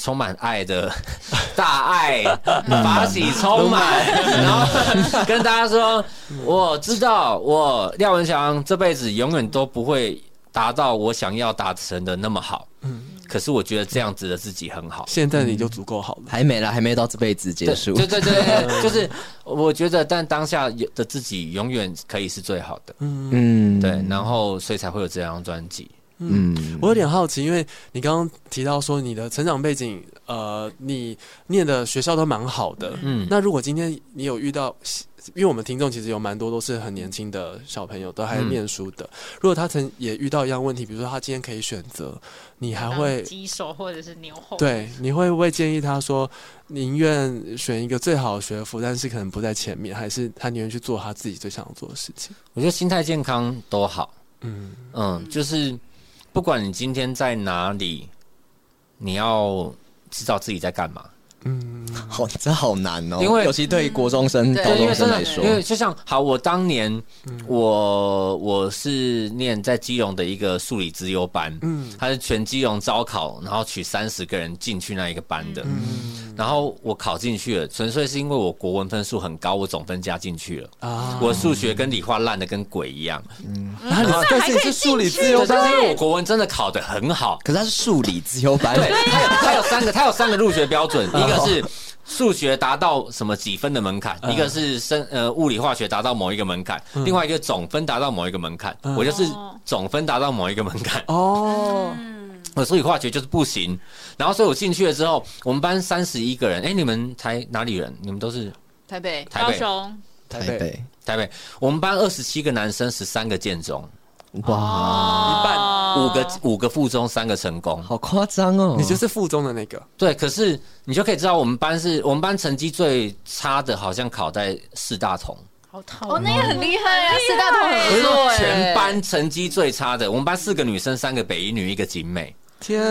Speaker 6: 充满爱的 大爱，
Speaker 5: 嗯
Speaker 6: 法喜充满，然后跟大家说，我知道我廖文祥这辈子永远都不会达到我想要达成的那么好。嗯，可是我觉得这样子的自己很好。
Speaker 3: 现在你就足够好了。
Speaker 5: 还没啦，还没到这辈子结束。
Speaker 6: 对对对 对，就是我觉得，但当下的自己永远可以是最好的。
Speaker 5: 嗯，
Speaker 6: 对，然后所以才会有这张专辑。
Speaker 5: 嗯，
Speaker 3: 我有点好奇，因为你刚刚提到说你的成长背景，呃，你念的学校都蛮好的。嗯，那如果今天你有遇到，因为我们听众其实有蛮多都是很年轻的小朋友，都还念书的。如果他曾也遇到一样问题，比如说他今天可以选择，你还会
Speaker 2: 鸡手或者是牛后？
Speaker 3: 对，你会不会建议他说，宁愿选一个最好的学府，但是可能不在前面，还是他宁愿去做他自己最想做的事情？
Speaker 6: 我觉得心态健康都好。嗯嗯，就是。不管你今天在哪里，你要知道自己在干嘛。
Speaker 5: 嗯，好，这好难哦。
Speaker 6: 因为
Speaker 5: 尤其对国中生、高中生来说，
Speaker 6: 因为就像好，我当年、嗯、我我是念在基隆的一个数理资优班，嗯，它是全基隆招考，然后取三十个人进去那一个班的，嗯，然后我考进去了，纯粹是因为我国文分数很高，我总分加进去了啊，我数学跟理化烂的跟鬼一样，
Speaker 3: 嗯，然后但是你是数理资优
Speaker 6: 但是因为我国文真的考的很好，
Speaker 5: 可是它是数理资优班，
Speaker 6: 对，它哎有它有三个，它有三个入学标准。一个是数学达到什么几分的门槛，一个是生呃物理化学达到某一个门槛，另外一个总分达到某一个门槛。我就是总分达到某一个门槛哦，我数理化学就是不行。然后所以我进去了之后，我们班三十一个人，哎，你们台哪里人？你们都是
Speaker 4: 台北、
Speaker 6: 台北、
Speaker 5: 台北、
Speaker 6: 台北。我们班二十七个男生，十三个建中，
Speaker 5: 哇，
Speaker 6: 一
Speaker 2: 哦
Speaker 6: 半五个五个附中，三个成功，
Speaker 5: 好夸张哦！
Speaker 3: 你就是附中的那个，
Speaker 6: 对，可是。你就可以知道，我们班是我们班成绩最差的，好像考在四大同。
Speaker 2: 好讨厌哦，
Speaker 4: 那也很厉害啊！四大同很
Speaker 6: 不错，全班成绩最差的，我们班四个女生，三个北一女，一个景美。
Speaker 3: 天，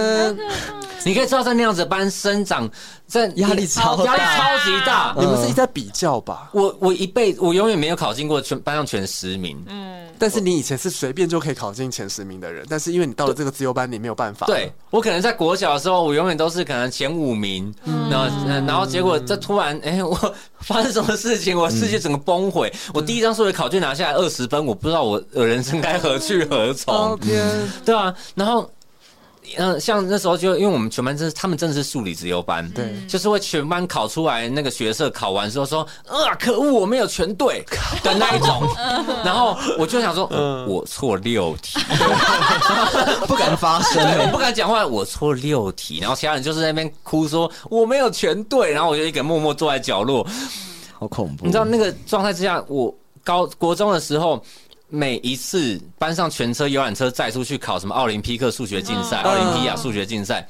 Speaker 6: 你可以知道在那样子班生长，在
Speaker 5: 压力超嗯
Speaker 6: 压力超级大。
Speaker 3: 你们自己在比较吧？
Speaker 6: 我我一辈我永远没有考进过全班上前十名。嗯，
Speaker 3: 但是你以前是随便就可以考进前十名的人，但是因为你到了这个自由班，你没有办法。
Speaker 6: 对。我可能在国小的时候，我永远都是可能前五名，嗯、然后、呃、然后结果这突然，哎、欸，我 发生什么事情？我世界整个崩毁。嗯、我第一张数学考卷拿下来二十分，我不知道我人生该何去何从。哦、
Speaker 3: 天，
Speaker 6: 对啊，然后。嗯、呃，像那时候就因为我们全班真，他们真的是数理资优班，
Speaker 3: 对，
Speaker 6: 就是会全班考出来那个学社考完之后说，啊，可恶，我没有全对的那一种。 然后我就想说，嗯、我错六题，
Speaker 5: 不敢发 声，
Speaker 6: 我不敢讲话，我错六题。然后其他人就是在那边哭说我没有全对，然后我就一个默默坐在角落，
Speaker 5: 好恐怖。
Speaker 6: 你知道那个状态之下，我高国中的时候。每一次班上全车游览车载出去考什么奥林匹克数学竞
Speaker 5: 嗯
Speaker 6: 赛、奥林匹亚数学竞赛，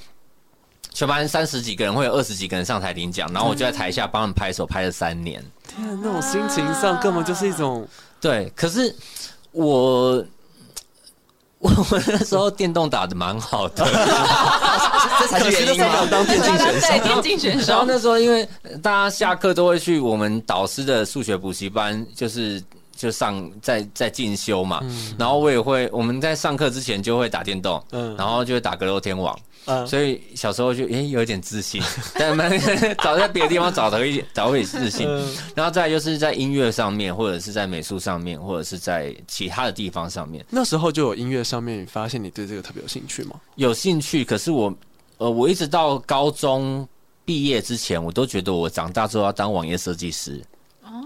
Speaker 6: 全班三十几个人会有二十几个人上台领奖，然后我就在台下帮他们拍手，拍了三年。
Speaker 3: 天、啊，那种心情上根本就是一种
Speaker 6: 对。可是我。我我那时候电动打的蛮好的，
Speaker 5: 这才是原因嘛。
Speaker 3: 当电竞选手，
Speaker 4: 电竞 选手。
Speaker 6: 然后那时候因为大家下课都会去我们导师的数学补习班，就是。就上在在进修嘛，嗯、然后我也会，我们在上课之前就会打电动，嗯、然后就会打格斗天王，嗯、所以小时候就诶有一点自信，但早在别的地方 找到一点找回自信，
Speaker 3: 嗯
Speaker 6: 然后再就是在音乐上面，或者是在美术上面，或者是在其他的地方上面。
Speaker 3: 那时候就有音乐上面，你发现你对这个特别有兴趣吗？
Speaker 6: 有兴趣，可是我呃，我一直到高中毕业之前，我都觉得我长大之后要当网页设计师。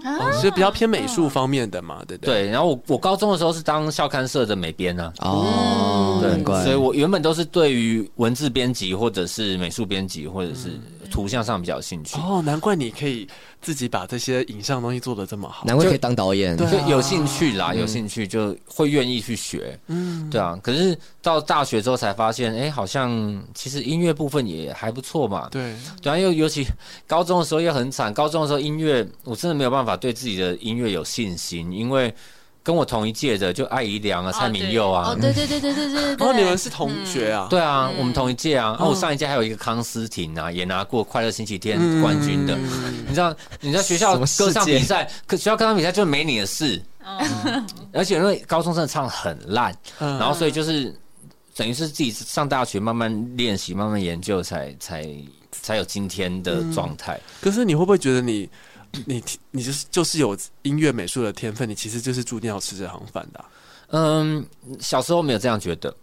Speaker 3: 哦，是比较偏美术方面的嘛，对不对？
Speaker 6: 对，然后我我高中的时候是当校刊社的美编呢、
Speaker 5: 啊，哦，
Speaker 6: 对，所以我原本都是对于文字编辑或者是美术编辑或者是图像上比较有兴趣。
Speaker 3: 哦，难怪你可以自己把这些影像东西做的这么好，
Speaker 5: 难怪可以当导演，
Speaker 6: 就有兴趣啦，有兴趣就会愿意去学，嗯，对啊。可是到大学之后才发现，哎，好像其实音乐部分也还不错嘛，
Speaker 3: 对，
Speaker 6: 对啊，又尤其高中的时候也很惨，高中的时候音乐我真的没有。办法对自己的音乐有信心，因为跟我同一届的就艾怡良啊、蔡明佑啊，
Speaker 4: 哦，对对对对对对
Speaker 3: 对，哦，你们是同学啊？
Speaker 6: 对啊，我们同一届啊。哦，我上一届还有一个康斯婷啊，也拿过《快乐星期天》嗯冠军的。
Speaker 3: 嗯
Speaker 6: 你知道，你在学校歌唱比赛，可学校歌唱比赛就是没你的事，嗯而且因为高中生唱很烂，
Speaker 3: 嗯
Speaker 6: 然后所以就是等于是自己上大学慢慢练习、慢慢研究，才才才有今天的状态。
Speaker 3: 嗯可是你会不会觉得你？你听你就是就是有音乐美术的天分，你其实就是注定要吃这行饭的啊、
Speaker 6: 嗯，小时候没有这样觉得，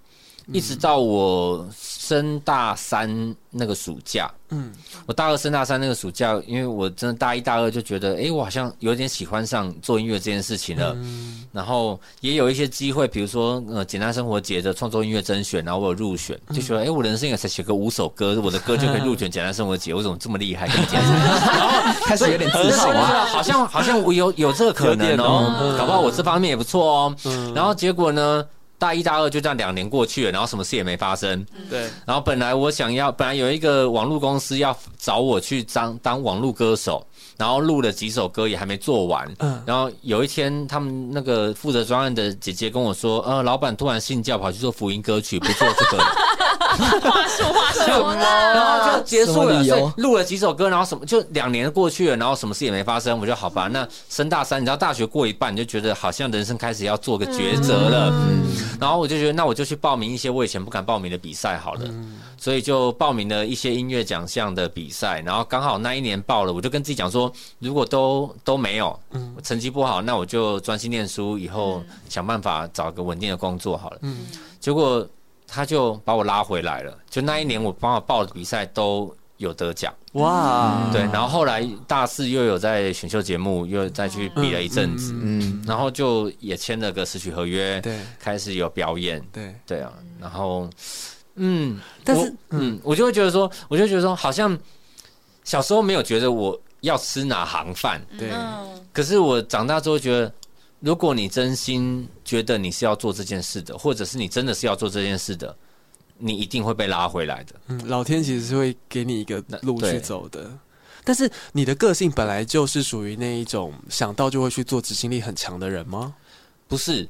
Speaker 6: 一直到我升大三那个暑假，
Speaker 3: 嗯
Speaker 6: 嗯，我大二升大三那个暑假，因为我真的大一大二就觉得，诶，我好像有点喜欢上做音乐这件事情
Speaker 3: 嗯
Speaker 6: 了。然后也有一些机会，比如说呃，简单生活节的创作音乐甄选，然后我有入选，
Speaker 3: 嗯
Speaker 6: 就觉得，诶，我人生也才写个五首歌，我的歌就可以入选简单生 活节，我怎么这么厉害？这么简单
Speaker 5: 开始有点自
Speaker 6: 是
Speaker 5: 豪 啊。
Speaker 6: 啊，好像好像我有有这个可能
Speaker 3: 有点
Speaker 6: 哦
Speaker 3: 哦，嗯
Speaker 6: 搞不好我这方面也不错哦。
Speaker 3: 嗯
Speaker 6: 然后结果呢，大一大二就这样两年过去了，然后什么事也没发生。
Speaker 3: 对，
Speaker 6: 然后本来我想要，本来有一个网络公司要找我去当当网络歌手，然后录了几首歌也还没做完。
Speaker 3: 嗯
Speaker 6: 然后有一天，他们那个负责专案的姐姐跟我说：“呃，老板突然信教，跑去做福音歌曲，不做这个。”
Speaker 2: 话术话 术，
Speaker 6: 然后就结束
Speaker 5: 什么
Speaker 6: 了，
Speaker 5: 理由
Speaker 6: 所以录了几首歌，然后什么就两年过去了，然后什么事也没发生，我就好吧。那升大三，你知道大学过一半，你就觉得好像人生开始要做个抉择了。然后我就觉得，那我就去报名一些我以前不敢报名的比赛好了，所以就报名了一些音乐奖项的比赛。然后刚好那一年报了，我就跟自己讲说，如果都都没有，成绩不好，那我就专心念书，以后想办法找个稳定的工作好了。
Speaker 3: 嗯
Speaker 6: 结果他就把我拉回来了。就那一年我帮我报的比赛都有得奖，
Speaker 3: 哇，
Speaker 6: 嗯对。然后后来大四又有在选秀节目又再去比了一阵子，
Speaker 5: 嗯，
Speaker 6: 然后就也签了个词曲合约，
Speaker 3: 对
Speaker 6: 开始有表演，
Speaker 3: 对，
Speaker 6: 对啊。然后，嗯，
Speaker 3: 但是
Speaker 6: 我嗯，我就会觉得说，我就觉得说，好像小时候没有觉得我要吃哪行饭，
Speaker 3: 对，
Speaker 4: 嗯
Speaker 6: 可是我长大之后觉得，如果你真心觉得你是要做这件事的，或者是你真的是要做这件事的，你一定会被拉回来的。
Speaker 3: 嗯，老天其实是会给你一个路
Speaker 6: 对
Speaker 3: 去走的。但是你的个性本来就是属于那一种想到就会去做、执行力很强的人吗？
Speaker 6: 不是，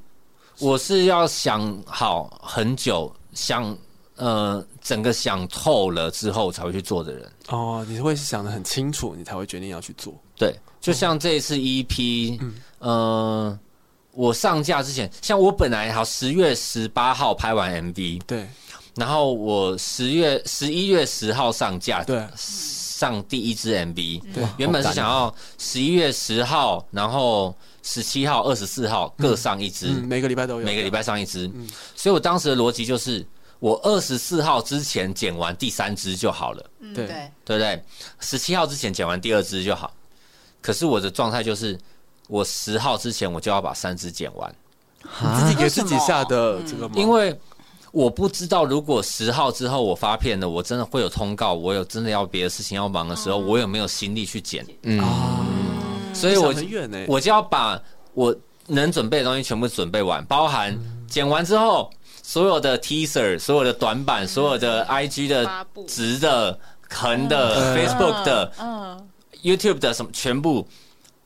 Speaker 6: 我是要想好很久，想呃整个想透了之后才会去做的人。
Speaker 3: 哦，你会想的很清楚，你才会决定要去做。
Speaker 6: 对，就像这一次 EP，呃，我上架之前，像我本来好十月十八号拍完 MV，
Speaker 3: 对，
Speaker 6: 然后我十月十一月十号上架，
Speaker 3: 对
Speaker 6: 上第一支 MV，
Speaker 3: 对
Speaker 6: 原本是
Speaker 5: 好赶
Speaker 6: 想要十一月十号，然后十七号、二十四号各上一支，
Speaker 3: 嗯，每个礼拜都有，嗯
Speaker 6: 每个礼拜上一支，所以我当时的逻辑就是，我二十四号之前剪完第三支就好了，
Speaker 3: 对，
Speaker 6: 对不对？十七号之前剪完第二支就好，可是我的状态就是，我十号之前我就要把三支剪完，
Speaker 3: 你自己给自己下的这个吗，
Speaker 6: 因为我不知道，如果十号之后我发片了，我真的会有通告，我有真的要别的事情要忙的时候，
Speaker 3: 哦
Speaker 6: 我有没有心力去剪？所以我
Speaker 3: 想很远欸呢，
Speaker 6: 我就要把我能准备的东西全部准备完，包含
Speaker 3: 嗯
Speaker 6: 剪完之后所有的 teaser、所有的短
Speaker 3: 嗯
Speaker 6: 板、所有的 IG
Speaker 2: 发
Speaker 6: 的
Speaker 2: 布嗯
Speaker 6: 直的、横
Speaker 3: 嗯
Speaker 6: 的、Facebook 的、YouTube 的什么全部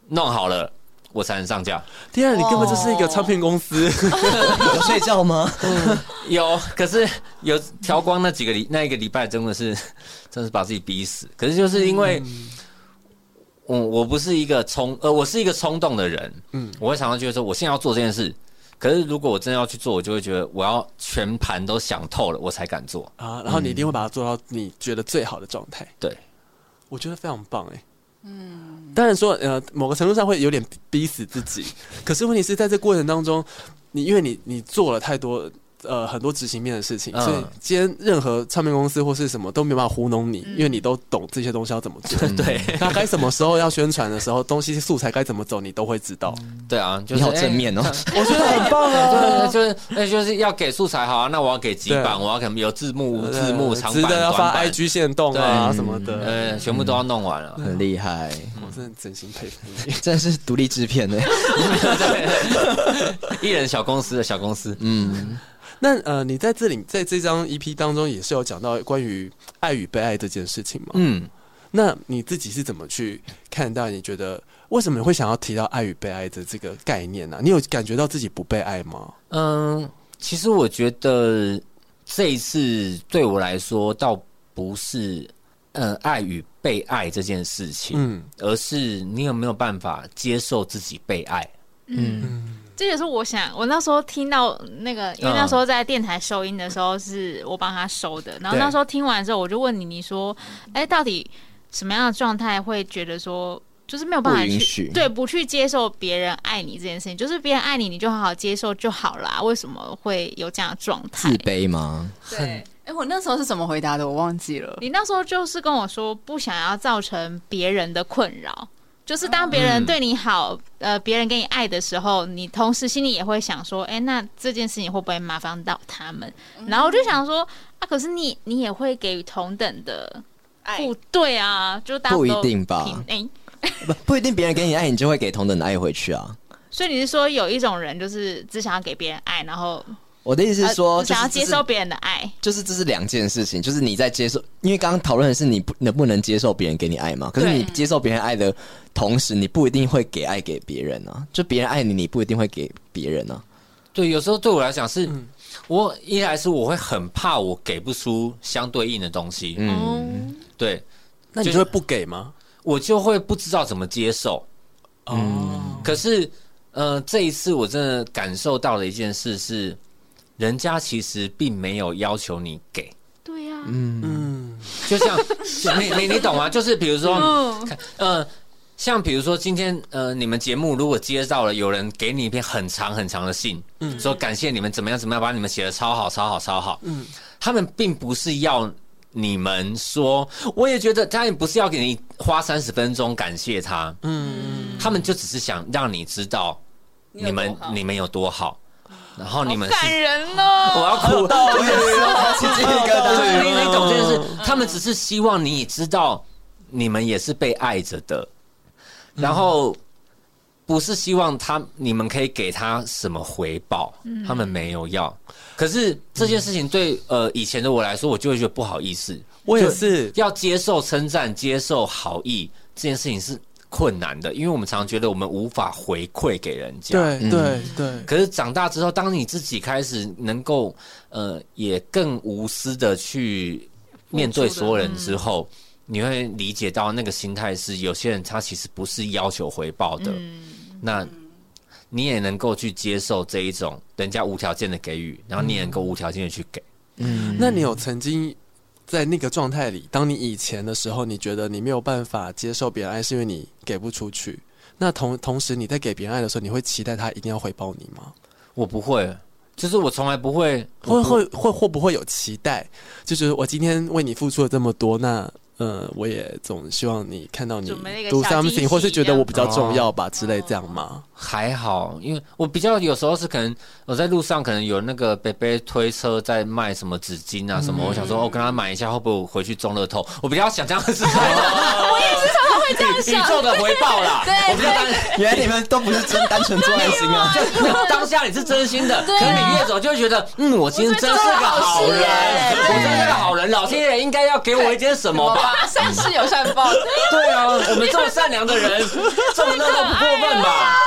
Speaker 6: 弄好了，我才能上架。
Speaker 3: 天啊，你根本就是一个唱片公司，
Speaker 5: 有睡觉吗？
Speaker 6: 有，可是有调光那几个礼 那一个礼拜真的是，真是把自己逼死。可是就是因为，
Speaker 3: 嗯
Speaker 6: 我、我不是一个冲呃，我是一个冲动的人，嗯，我会常常觉得说我现在要做这件事。可是如果我真的要去做，我就会觉得我要全盘都想透了，我才敢做。
Speaker 3: 啊，然后你一定会把它做到你觉得最好的状态。
Speaker 6: 嗯对，
Speaker 3: 我觉得非常棒哎、嗯，当然说呃，某个程度上会有点逼死自 己，可是问题是在这过程当中，你因为你你做了太多呃很多执行面的事情，
Speaker 6: 嗯
Speaker 3: 所以今天任何唱片公司或是什么都没办法糊弄你，因为你都懂这些东西要怎么做。
Speaker 6: 嗯 对
Speaker 3: 那该什么时候要宣传的时候，东西素材该怎么走，你都会知道。
Speaker 6: 对啊，就
Speaker 5: 你
Speaker 6: 是
Speaker 5: 好正面哦，
Speaker 3: 我觉得很棒
Speaker 6: 哎
Speaker 3: 啊！
Speaker 6: 就是那就是要给素材好啊，那我要给几版，
Speaker 3: 对
Speaker 6: 我要可能有字幕、无字幕、
Speaker 3: 呃
Speaker 6: 长
Speaker 3: 值
Speaker 6: 版、
Speaker 3: 得要
Speaker 6: 短
Speaker 3: 发
Speaker 6: 版，
Speaker 3: IG 线动啊
Speaker 6: 对
Speaker 3: 什么的，
Speaker 6: 呃，全部都要弄完了。
Speaker 5: 很厉害，
Speaker 3: 我真的真心佩服你。
Speaker 5: 真的是独立制片呢。
Speaker 6: 艺人小公司的小公司，
Speaker 5: 嗯，
Speaker 3: 那呃，你在这里在这张 EP 当中也是有讲到关于爱与被爱这件事情嘛？
Speaker 6: 嗯。
Speaker 3: 那你自己是怎么去看待？你觉得为什么你会想要提到爱与被爱的这个概念啊呢、你有感觉到自己不被爱吗？
Speaker 6: 嗯，其实我觉得这一次对我来说，倒不是呃爱与被爱这件事情，
Speaker 3: 嗯，
Speaker 6: 而是你有没有办法接受自己被爱。
Speaker 2: 这也是我想，我那时候听到那个，因为那时候在电台收音的时候是我帮他收的，然后那时候听完之后，我就问你，你说，哎，到底什么样的状态会觉得说？就是没有办法
Speaker 5: 不允
Speaker 2: 去
Speaker 5: 许
Speaker 2: 对不去接受别人爱你这件事情，就是别人爱你，你就好好接受就好啦。为什么会有这样的状态
Speaker 5: 自？卑吗？
Speaker 4: 对，哎，我那时候是怎么回答的？我忘记了。
Speaker 2: 你那时候就是跟我说不想要造成别人的困扰，就是当别人对你好，呃，别人给你爱的时候，你同时心里也会想说，哎、那这件事情会不会麻烦到他们？然后我就想说，啊，可是你你也会给予同等的不对啊，就大家
Speaker 5: 不一
Speaker 2: 都
Speaker 5: 定吧
Speaker 2: 平哎、
Speaker 5: 不不一定，别人给你爱，你就会给同等的爱回去啊。
Speaker 2: 所以你是说有一种人就是只想要给别人爱，然后
Speaker 5: 我的意思是说，
Speaker 2: 呃只想要
Speaker 5: 就是
Speaker 2: 接
Speaker 5: 这是
Speaker 2: 收别人的爱，
Speaker 5: 就是这是两件事情，就是你在接受，因为刚刚讨论的是你不能不能接受别人给你爱嘛，可是
Speaker 2: 对
Speaker 5: 你接受别人爱的同时，你不一定会给爱给别人啊，就别人爱你，你不一定会给别人啊。
Speaker 6: 对，有时候对我来讲是，我一来是我会很怕我给不出相对应的东西，
Speaker 2: 嗯，
Speaker 6: 对
Speaker 3: 那你
Speaker 6: 就是
Speaker 3: 就会不给吗？
Speaker 6: 我就会不知道怎么接受。
Speaker 3: 哦，
Speaker 6: 可是，呃，这一次我真的感受到了一件事是，人家其实并没有要求你给，
Speaker 2: 对呀、
Speaker 3: 嗯，
Speaker 6: 就像你你你懂吗？就是比如说，
Speaker 2: 嗯，
Speaker 6: 呃，像比如说今天呃，你们节目如果接到了有人给你一篇很长很长的信，嗯，说感谢你们怎么样怎么样，把你们写的超好超好超好，嗯，他们并不是要。你们说，我也觉得他也不是要给你花三十分钟感谢他，嗯，他们就只是想让你知道你们你们有多好，然后你们是
Speaker 2: 感人哦，
Speaker 6: 我要哭到
Speaker 5: 起鸡皮疙瘩
Speaker 6: 对，你你懂这件事，他们只是希望你知道，你们也是被爱着的，然后不是希望他你们可以给他什么回报，他们没有要。可是这件事情对呃以前的我来说，我就会觉得不好意思，
Speaker 3: 我也是，
Speaker 6: 要接受称赞、接受好意这件事情是困难的，因为我们常常觉得我们无法回馈给人家。
Speaker 3: 对对对，
Speaker 6: 可是长大之后，当你自己开始能够呃，也更无私的去面对所有人之后，你会理解到那个心态是有些人他其实不是要求回报的，那你也能够去接受这一种人家无条件的给予，然后你也能够无条件的去给。
Speaker 3: 嗯那你有曾经在那个状态里，当你以前的时候，你觉得你没有办法接受别人爱，是因为你给不出去。那同同时你在给别人爱的时候，你会期待他一定要回报你吗？
Speaker 6: 我不会，就是我从来不会，
Speaker 3: 会会会会不会有期待？就是我今天为你付出了这么多，那呃，我也总希望你看到你
Speaker 2: 准备了一个
Speaker 3: do
Speaker 2: 小惊喜
Speaker 3: something，或是觉得我比较
Speaker 6: 哦
Speaker 3: 重要吧之类这样吗？
Speaker 6: 还好，因为我比较有时候是可能我在路上可能有那个北北推车在卖什么纸巾啊什么，我想说我、哦、跟他买一下，会不会我回去中乐透？我比较想这样子， 我也是常常会这样想宇宙的回报 啦。我比较担
Speaker 5: 原来你们都不是真单纯做爱心 啊，
Speaker 6: 没有当下你是真心的，可是你越走就会觉得，嗯，我今天真是个好人，啊我真是个好人，老天爷应该要给我一点什么吧？
Speaker 4: 善事有善报，
Speaker 6: 对啊，我们这么善良的人， 中乐透不过分吧？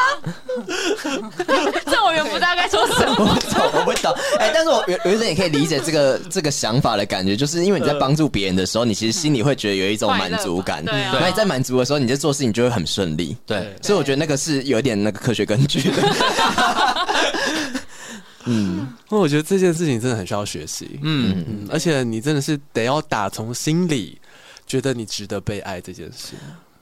Speaker 2: 这我也不知道该说什么。
Speaker 5: 我不懂，我不懂。哎、但是我有有一点也可以理解这 个这个想法的感觉，就是因为你在帮助别人的时候，你其实心里会觉得有一种满足感。
Speaker 2: 快乐嘛对啊
Speaker 5: 那你在满足的时候，你在做事情就会很顺利。
Speaker 6: 对，
Speaker 5: 所以我觉得那个是有点那个科学根据的。嗯
Speaker 3: 那我觉得这件事情真的很需要学习，
Speaker 6: 嗯。
Speaker 3: 嗯，而且你真的是得要打从心里觉得你值得被爱这件事。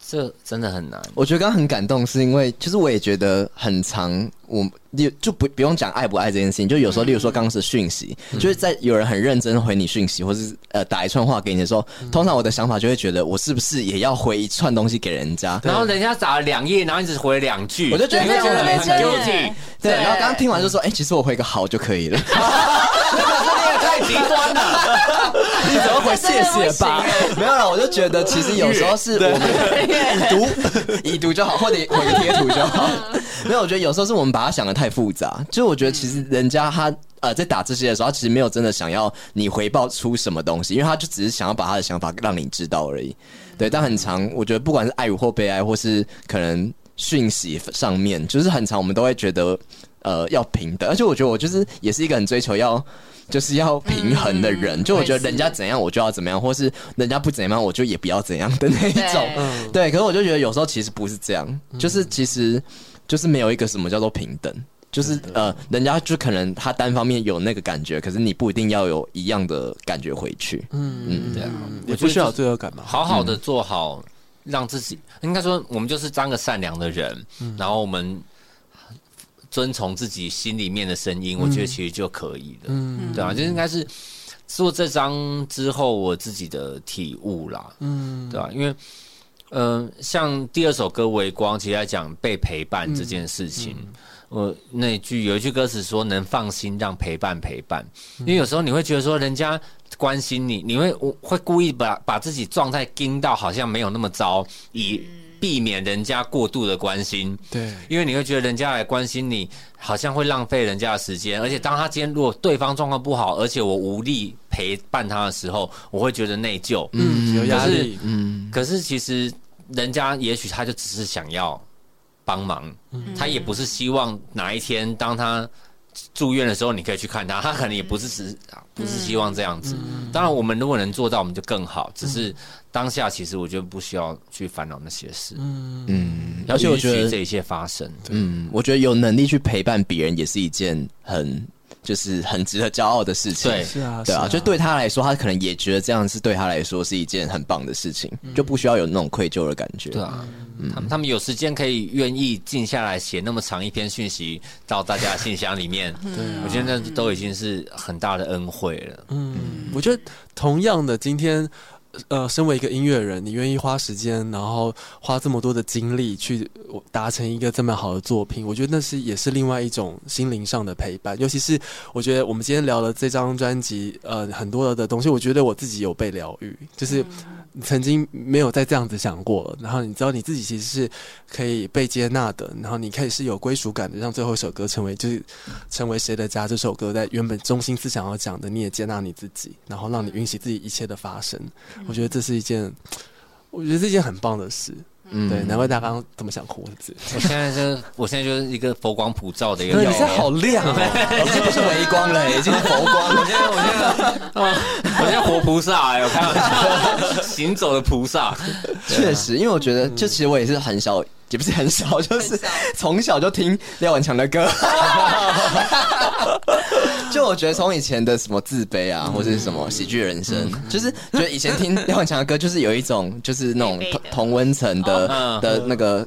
Speaker 6: 这真的很难。
Speaker 5: 我觉得刚刚很感动，是因为就是我也觉得很长，我就就不不用讲爱不爱这件事情，就有时候，例如说刚刚是讯息，就是在有人很认真回你讯息，或是呃打一串话给你的时候，通常我的想法就会觉得，我是不是也要回一串东西给人家？
Speaker 6: 然后人家打了两页，然后你只回了两句，
Speaker 5: 我就觉得
Speaker 6: 你会觉得
Speaker 5: 对对
Speaker 6: 很
Speaker 5: 对
Speaker 6: guilty，
Speaker 5: 对，然后刚刚听完就说，哎、其实我回个好就可以了，
Speaker 6: 这也太极端了。
Speaker 5: 你怎么回谢谢吧？ 没有了，我就觉得其实有时候是我们已读 已读就好，或者回个贴图就好。没有，我觉得有时候是我们把它想的太复杂，就我觉得其实人家他。呃，在打这些的时候，他其实没有真的想要你回报出什么东西，因为他就只是想要把他的想法让你知道而已。对，但很长，我觉得不管是爱与或被爱，或是可能讯息上面，就是很长，我们都会觉得呃要平等。而且我觉得我就是也是一个很追求要就是要平衡的人，就我觉得人家怎样我就要怎么样，或是人家不怎样我就也不要怎样的那一种。对，可是我就觉得有时候其实不是这样，就是其实就是没有一个什么叫做平等。就是呃，人家就可能他单方面有那个感觉，可是你不一定要有一样的感觉回去。嗯嗯，对啊。
Speaker 3: 你不需要有罪恶感吗？
Speaker 6: 好好的做好让自己，应该说我们就是当个善良的人，然后我们遵从自己心里面的声音，我觉得其实就可以了，对啊，就应该是做这张之后我自己的体悟啦，嗯，对吧、因为。嗯、像第二首歌《微光》，其实在讲被陪伴这件事情。我那一句有一句歌词说：“能放心让陪伴陪伴。”因为有时候你会觉得说，人家关心你，你会我会故意把把自己状态盯到好像没有那么糟，以避免人家过度的关心。
Speaker 3: 对，
Speaker 6: 因为你会觉得人家来关心你，好像会浪费人家的时间，而且当他今天如果对方状况不好，而且我无力陪伴他的时候，我会觉得内疚。
Speaker 3: 嗯，有压
Speaker 6: 可是
Speaker 3: 力，嗯，
Speaker 6: 可是其实人家也许他就只是想要帮忙，他也不是希望哪一天当他住院的时候你可以去看他， 他可能也不是只不是希望这样子。当然，我们如果能做到，我们就更好。只是当下，其实我觉得不需要去烦恼那些事，
Speaker 5: 嗯，而
Speaker 6: 而
Speaker 5: 且我觉得
Speaker 6: 这一切发生。
Speaker 5: 嗯，我觉得有能力去陪伴别人也是一件很就是很值得骄傲的事情。
Speaker 6: 对
Speaker 3: 是啊，
Speaker 5: 对
Speaker 3: 是
Speaker 5: 啊，就对他来说，他可能也觉得这样是对他来说是一件很棒的事情，就不需要有那种愧疚的感觉。
Speaker 6: 对，啊，他们他们有时间可以愿意静下来写那么长一篇讯息到大家的信箱里面，我觉得那都已经是很大的恩惠了。
Speaker 3: 嗯我觉得同样的，今天呃，身为一个音乐人，你愿意花时间，然后花这么多的精力去呃达成一个这么好的作品，我觉得那是也是另外一种心灵上的陪伴。尤其是我觉得我们今天聊了这张专辑，呃，很多的东西，我觉得我自己有被疗愈，就是你曾经没有再这样子想过了。然后你知道你自己其实是可以被接纳的，然后你可以是有归属感的，让最后一首歌成为就是成为谁的家这首歌在原本中心思想要讲的，你也接纳你自己，然后让你允许自己一切的发生。我觉得这是一件，我觉得是一件很棒的事。
Speaker 6: 嗯
Speaker 3: 对，难怪大家刚刚这么想哭，是不是？
Speaker 6: 我现在是，我现在就是一个佛光普照的一个
Speaker 3: 对，
Speaker 6: 人。
Speaker 3: 你现在好亮啊！
Speaker 5: 已经不是微光 了，已经是佛光
Speaker 6: 我
Speaker 5: 了。
Speaker 6: 现在我现在，啊我现在活菩萨哎、我开玩笑，行走的菩萨。
Speaker 5: 确实，因为我觉得，就其实我也是很小，也不是很小，就是 从小就听廖文强的歌。就我觉得从以前的什么自卑啊，或者是什么喜剧人生，就是觉得以前听廖文强的歌，就是有一种就是那种
Speaker 2: 卑微
Speaker 5: 同
Speaker 2: 的
Speaker 5: 同温层的
Speaker 6: 哦嗯
Speaker 5: 的那个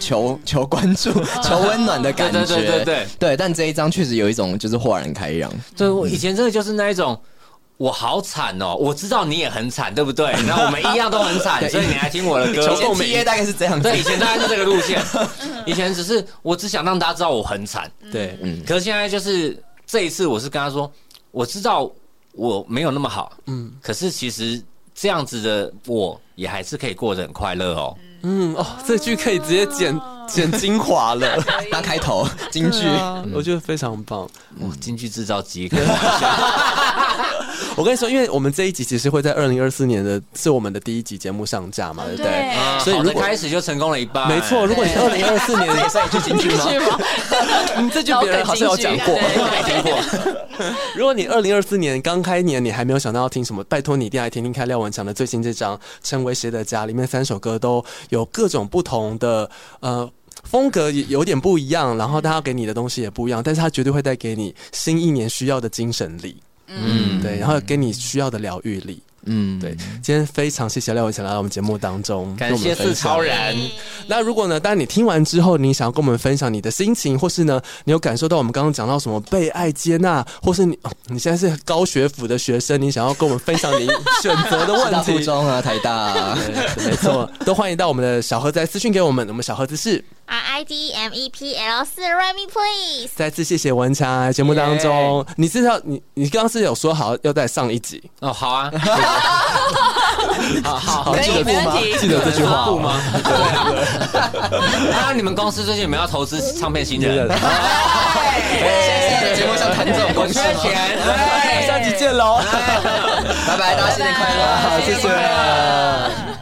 Speaker 5: 求求关 注、求温暖的感觉。
Speaker 6: 对对对对对
Speaker 5: 对，但这一张确实有一种就是豁然开 朗。
Speaker 6: 对，我以前真的就是那一种。我好惨哦！我知道你也很惨，对不对？然后我们一样都很惨，
Speaker 5: 对
Speaker 6: 所以你来听我的歌。
Speaker 5: 以前 T A 大概是这样子
Speaker 6: 对，以前大概是这个路线，以前只是我只想让大家知道我很惨，
Speaker 3: 对，
Speaker 5: 嗯
Speaker 6: 可是现在就是这一次，我是跟他说，我知道我没有那么好，嗯，可是其实这样子的我也还是可以过得很快乐哦。
Speaker 3: 嗯，哦，这句可以直接剪剪精华了，
Speaker 5: 当开头京剧
Speaker 3: 对。啊我觉得非常棒。
Speaker 6: 我京剧制造机， 可
Speaker 3: 我跟你说，因为我们这一集其实会在二零二四年的是我们的第一集节目上架嘛，对不对？
Speaker 6: 啊
Speaker 3: 所以
Speaker 6: 好
Speaker 3: 如
Speaker 6: 的
Speaker 3: 果
Speaker 6: 开始就成功了一半，
Speaker 3: 没错，如 果你二零二四年 也算一句金句吗？你这句别人好像有讲过，没听
Speaker 6: 哎
Speaker 3: 过。 如果你二零二四年刚开年，你还没有想到要听什么，拜托你一定来听听看廖文强的最新这张《成为谁的家》，里面三首歌都有各种不同的呃。风格也有点不一样，然后大家给你的东西也不一样，但是它绝对会带给你新一年需要的精神力，
Speaker 6: 嗯，
Speaker 3: 对，然后给你需要的疗愈力，
Speaker 5: 嗯，
Speaker 3: 对。今天非常谢谢廖文强来到我们节目当中，
Speaker 6: 感谢
Speaker 3: 四
Speaker 6: 四超人，
Speaker 3: 那如果呢，当你听完之后，你想要跟我们分享你的心情，或是呢，你有感受到我们刚刚讲到什么被爱接纳，或是你、哦、你现在是高学府的学生，你想要跟我们分享你 选择的
Speaker 5: 大
Speaker 3: 问
Speaker 5: 附
Speaker 3: 题，
Speaker 5: 中啊，台大、 啊，
Speaker 3: 没错，都欢迎到我们的小盒子来私讯给我们。我们小盒子是
Speaker 7: R I D M E P L 四 Run me please。
Speaker 3: 再次谢谢文强来节目当中，你至少你你刚刚是有说好要在上一集，
Speaker 6: 哦，好啊，好好好，
Speaker 4: 可以，没问题。
Speaker 3: 记得 这句 话哦
Speaker 6: 不吗？对 啊，那你们公司最近有没有要投资唱片新人？
Speaker 4: 哎
Speaker 3: 哎
Speaker 6: 哎
Speaker 5: 谢谢节目上谈这种
Speaker 6: 我
Speaker 5: 公式
Speaker 6: 缺
Speaker 5: 吗，
Speaker 6: 钱，哎
Speaker 3: 下集见喽。
Speaker 5: 拜拜，大家新年快乐，
Speaker 4: 拜拜
Speaker 5: 谢
Speaker 4: 新年快
Speaker 5: 谢。
Speaker 4: 乐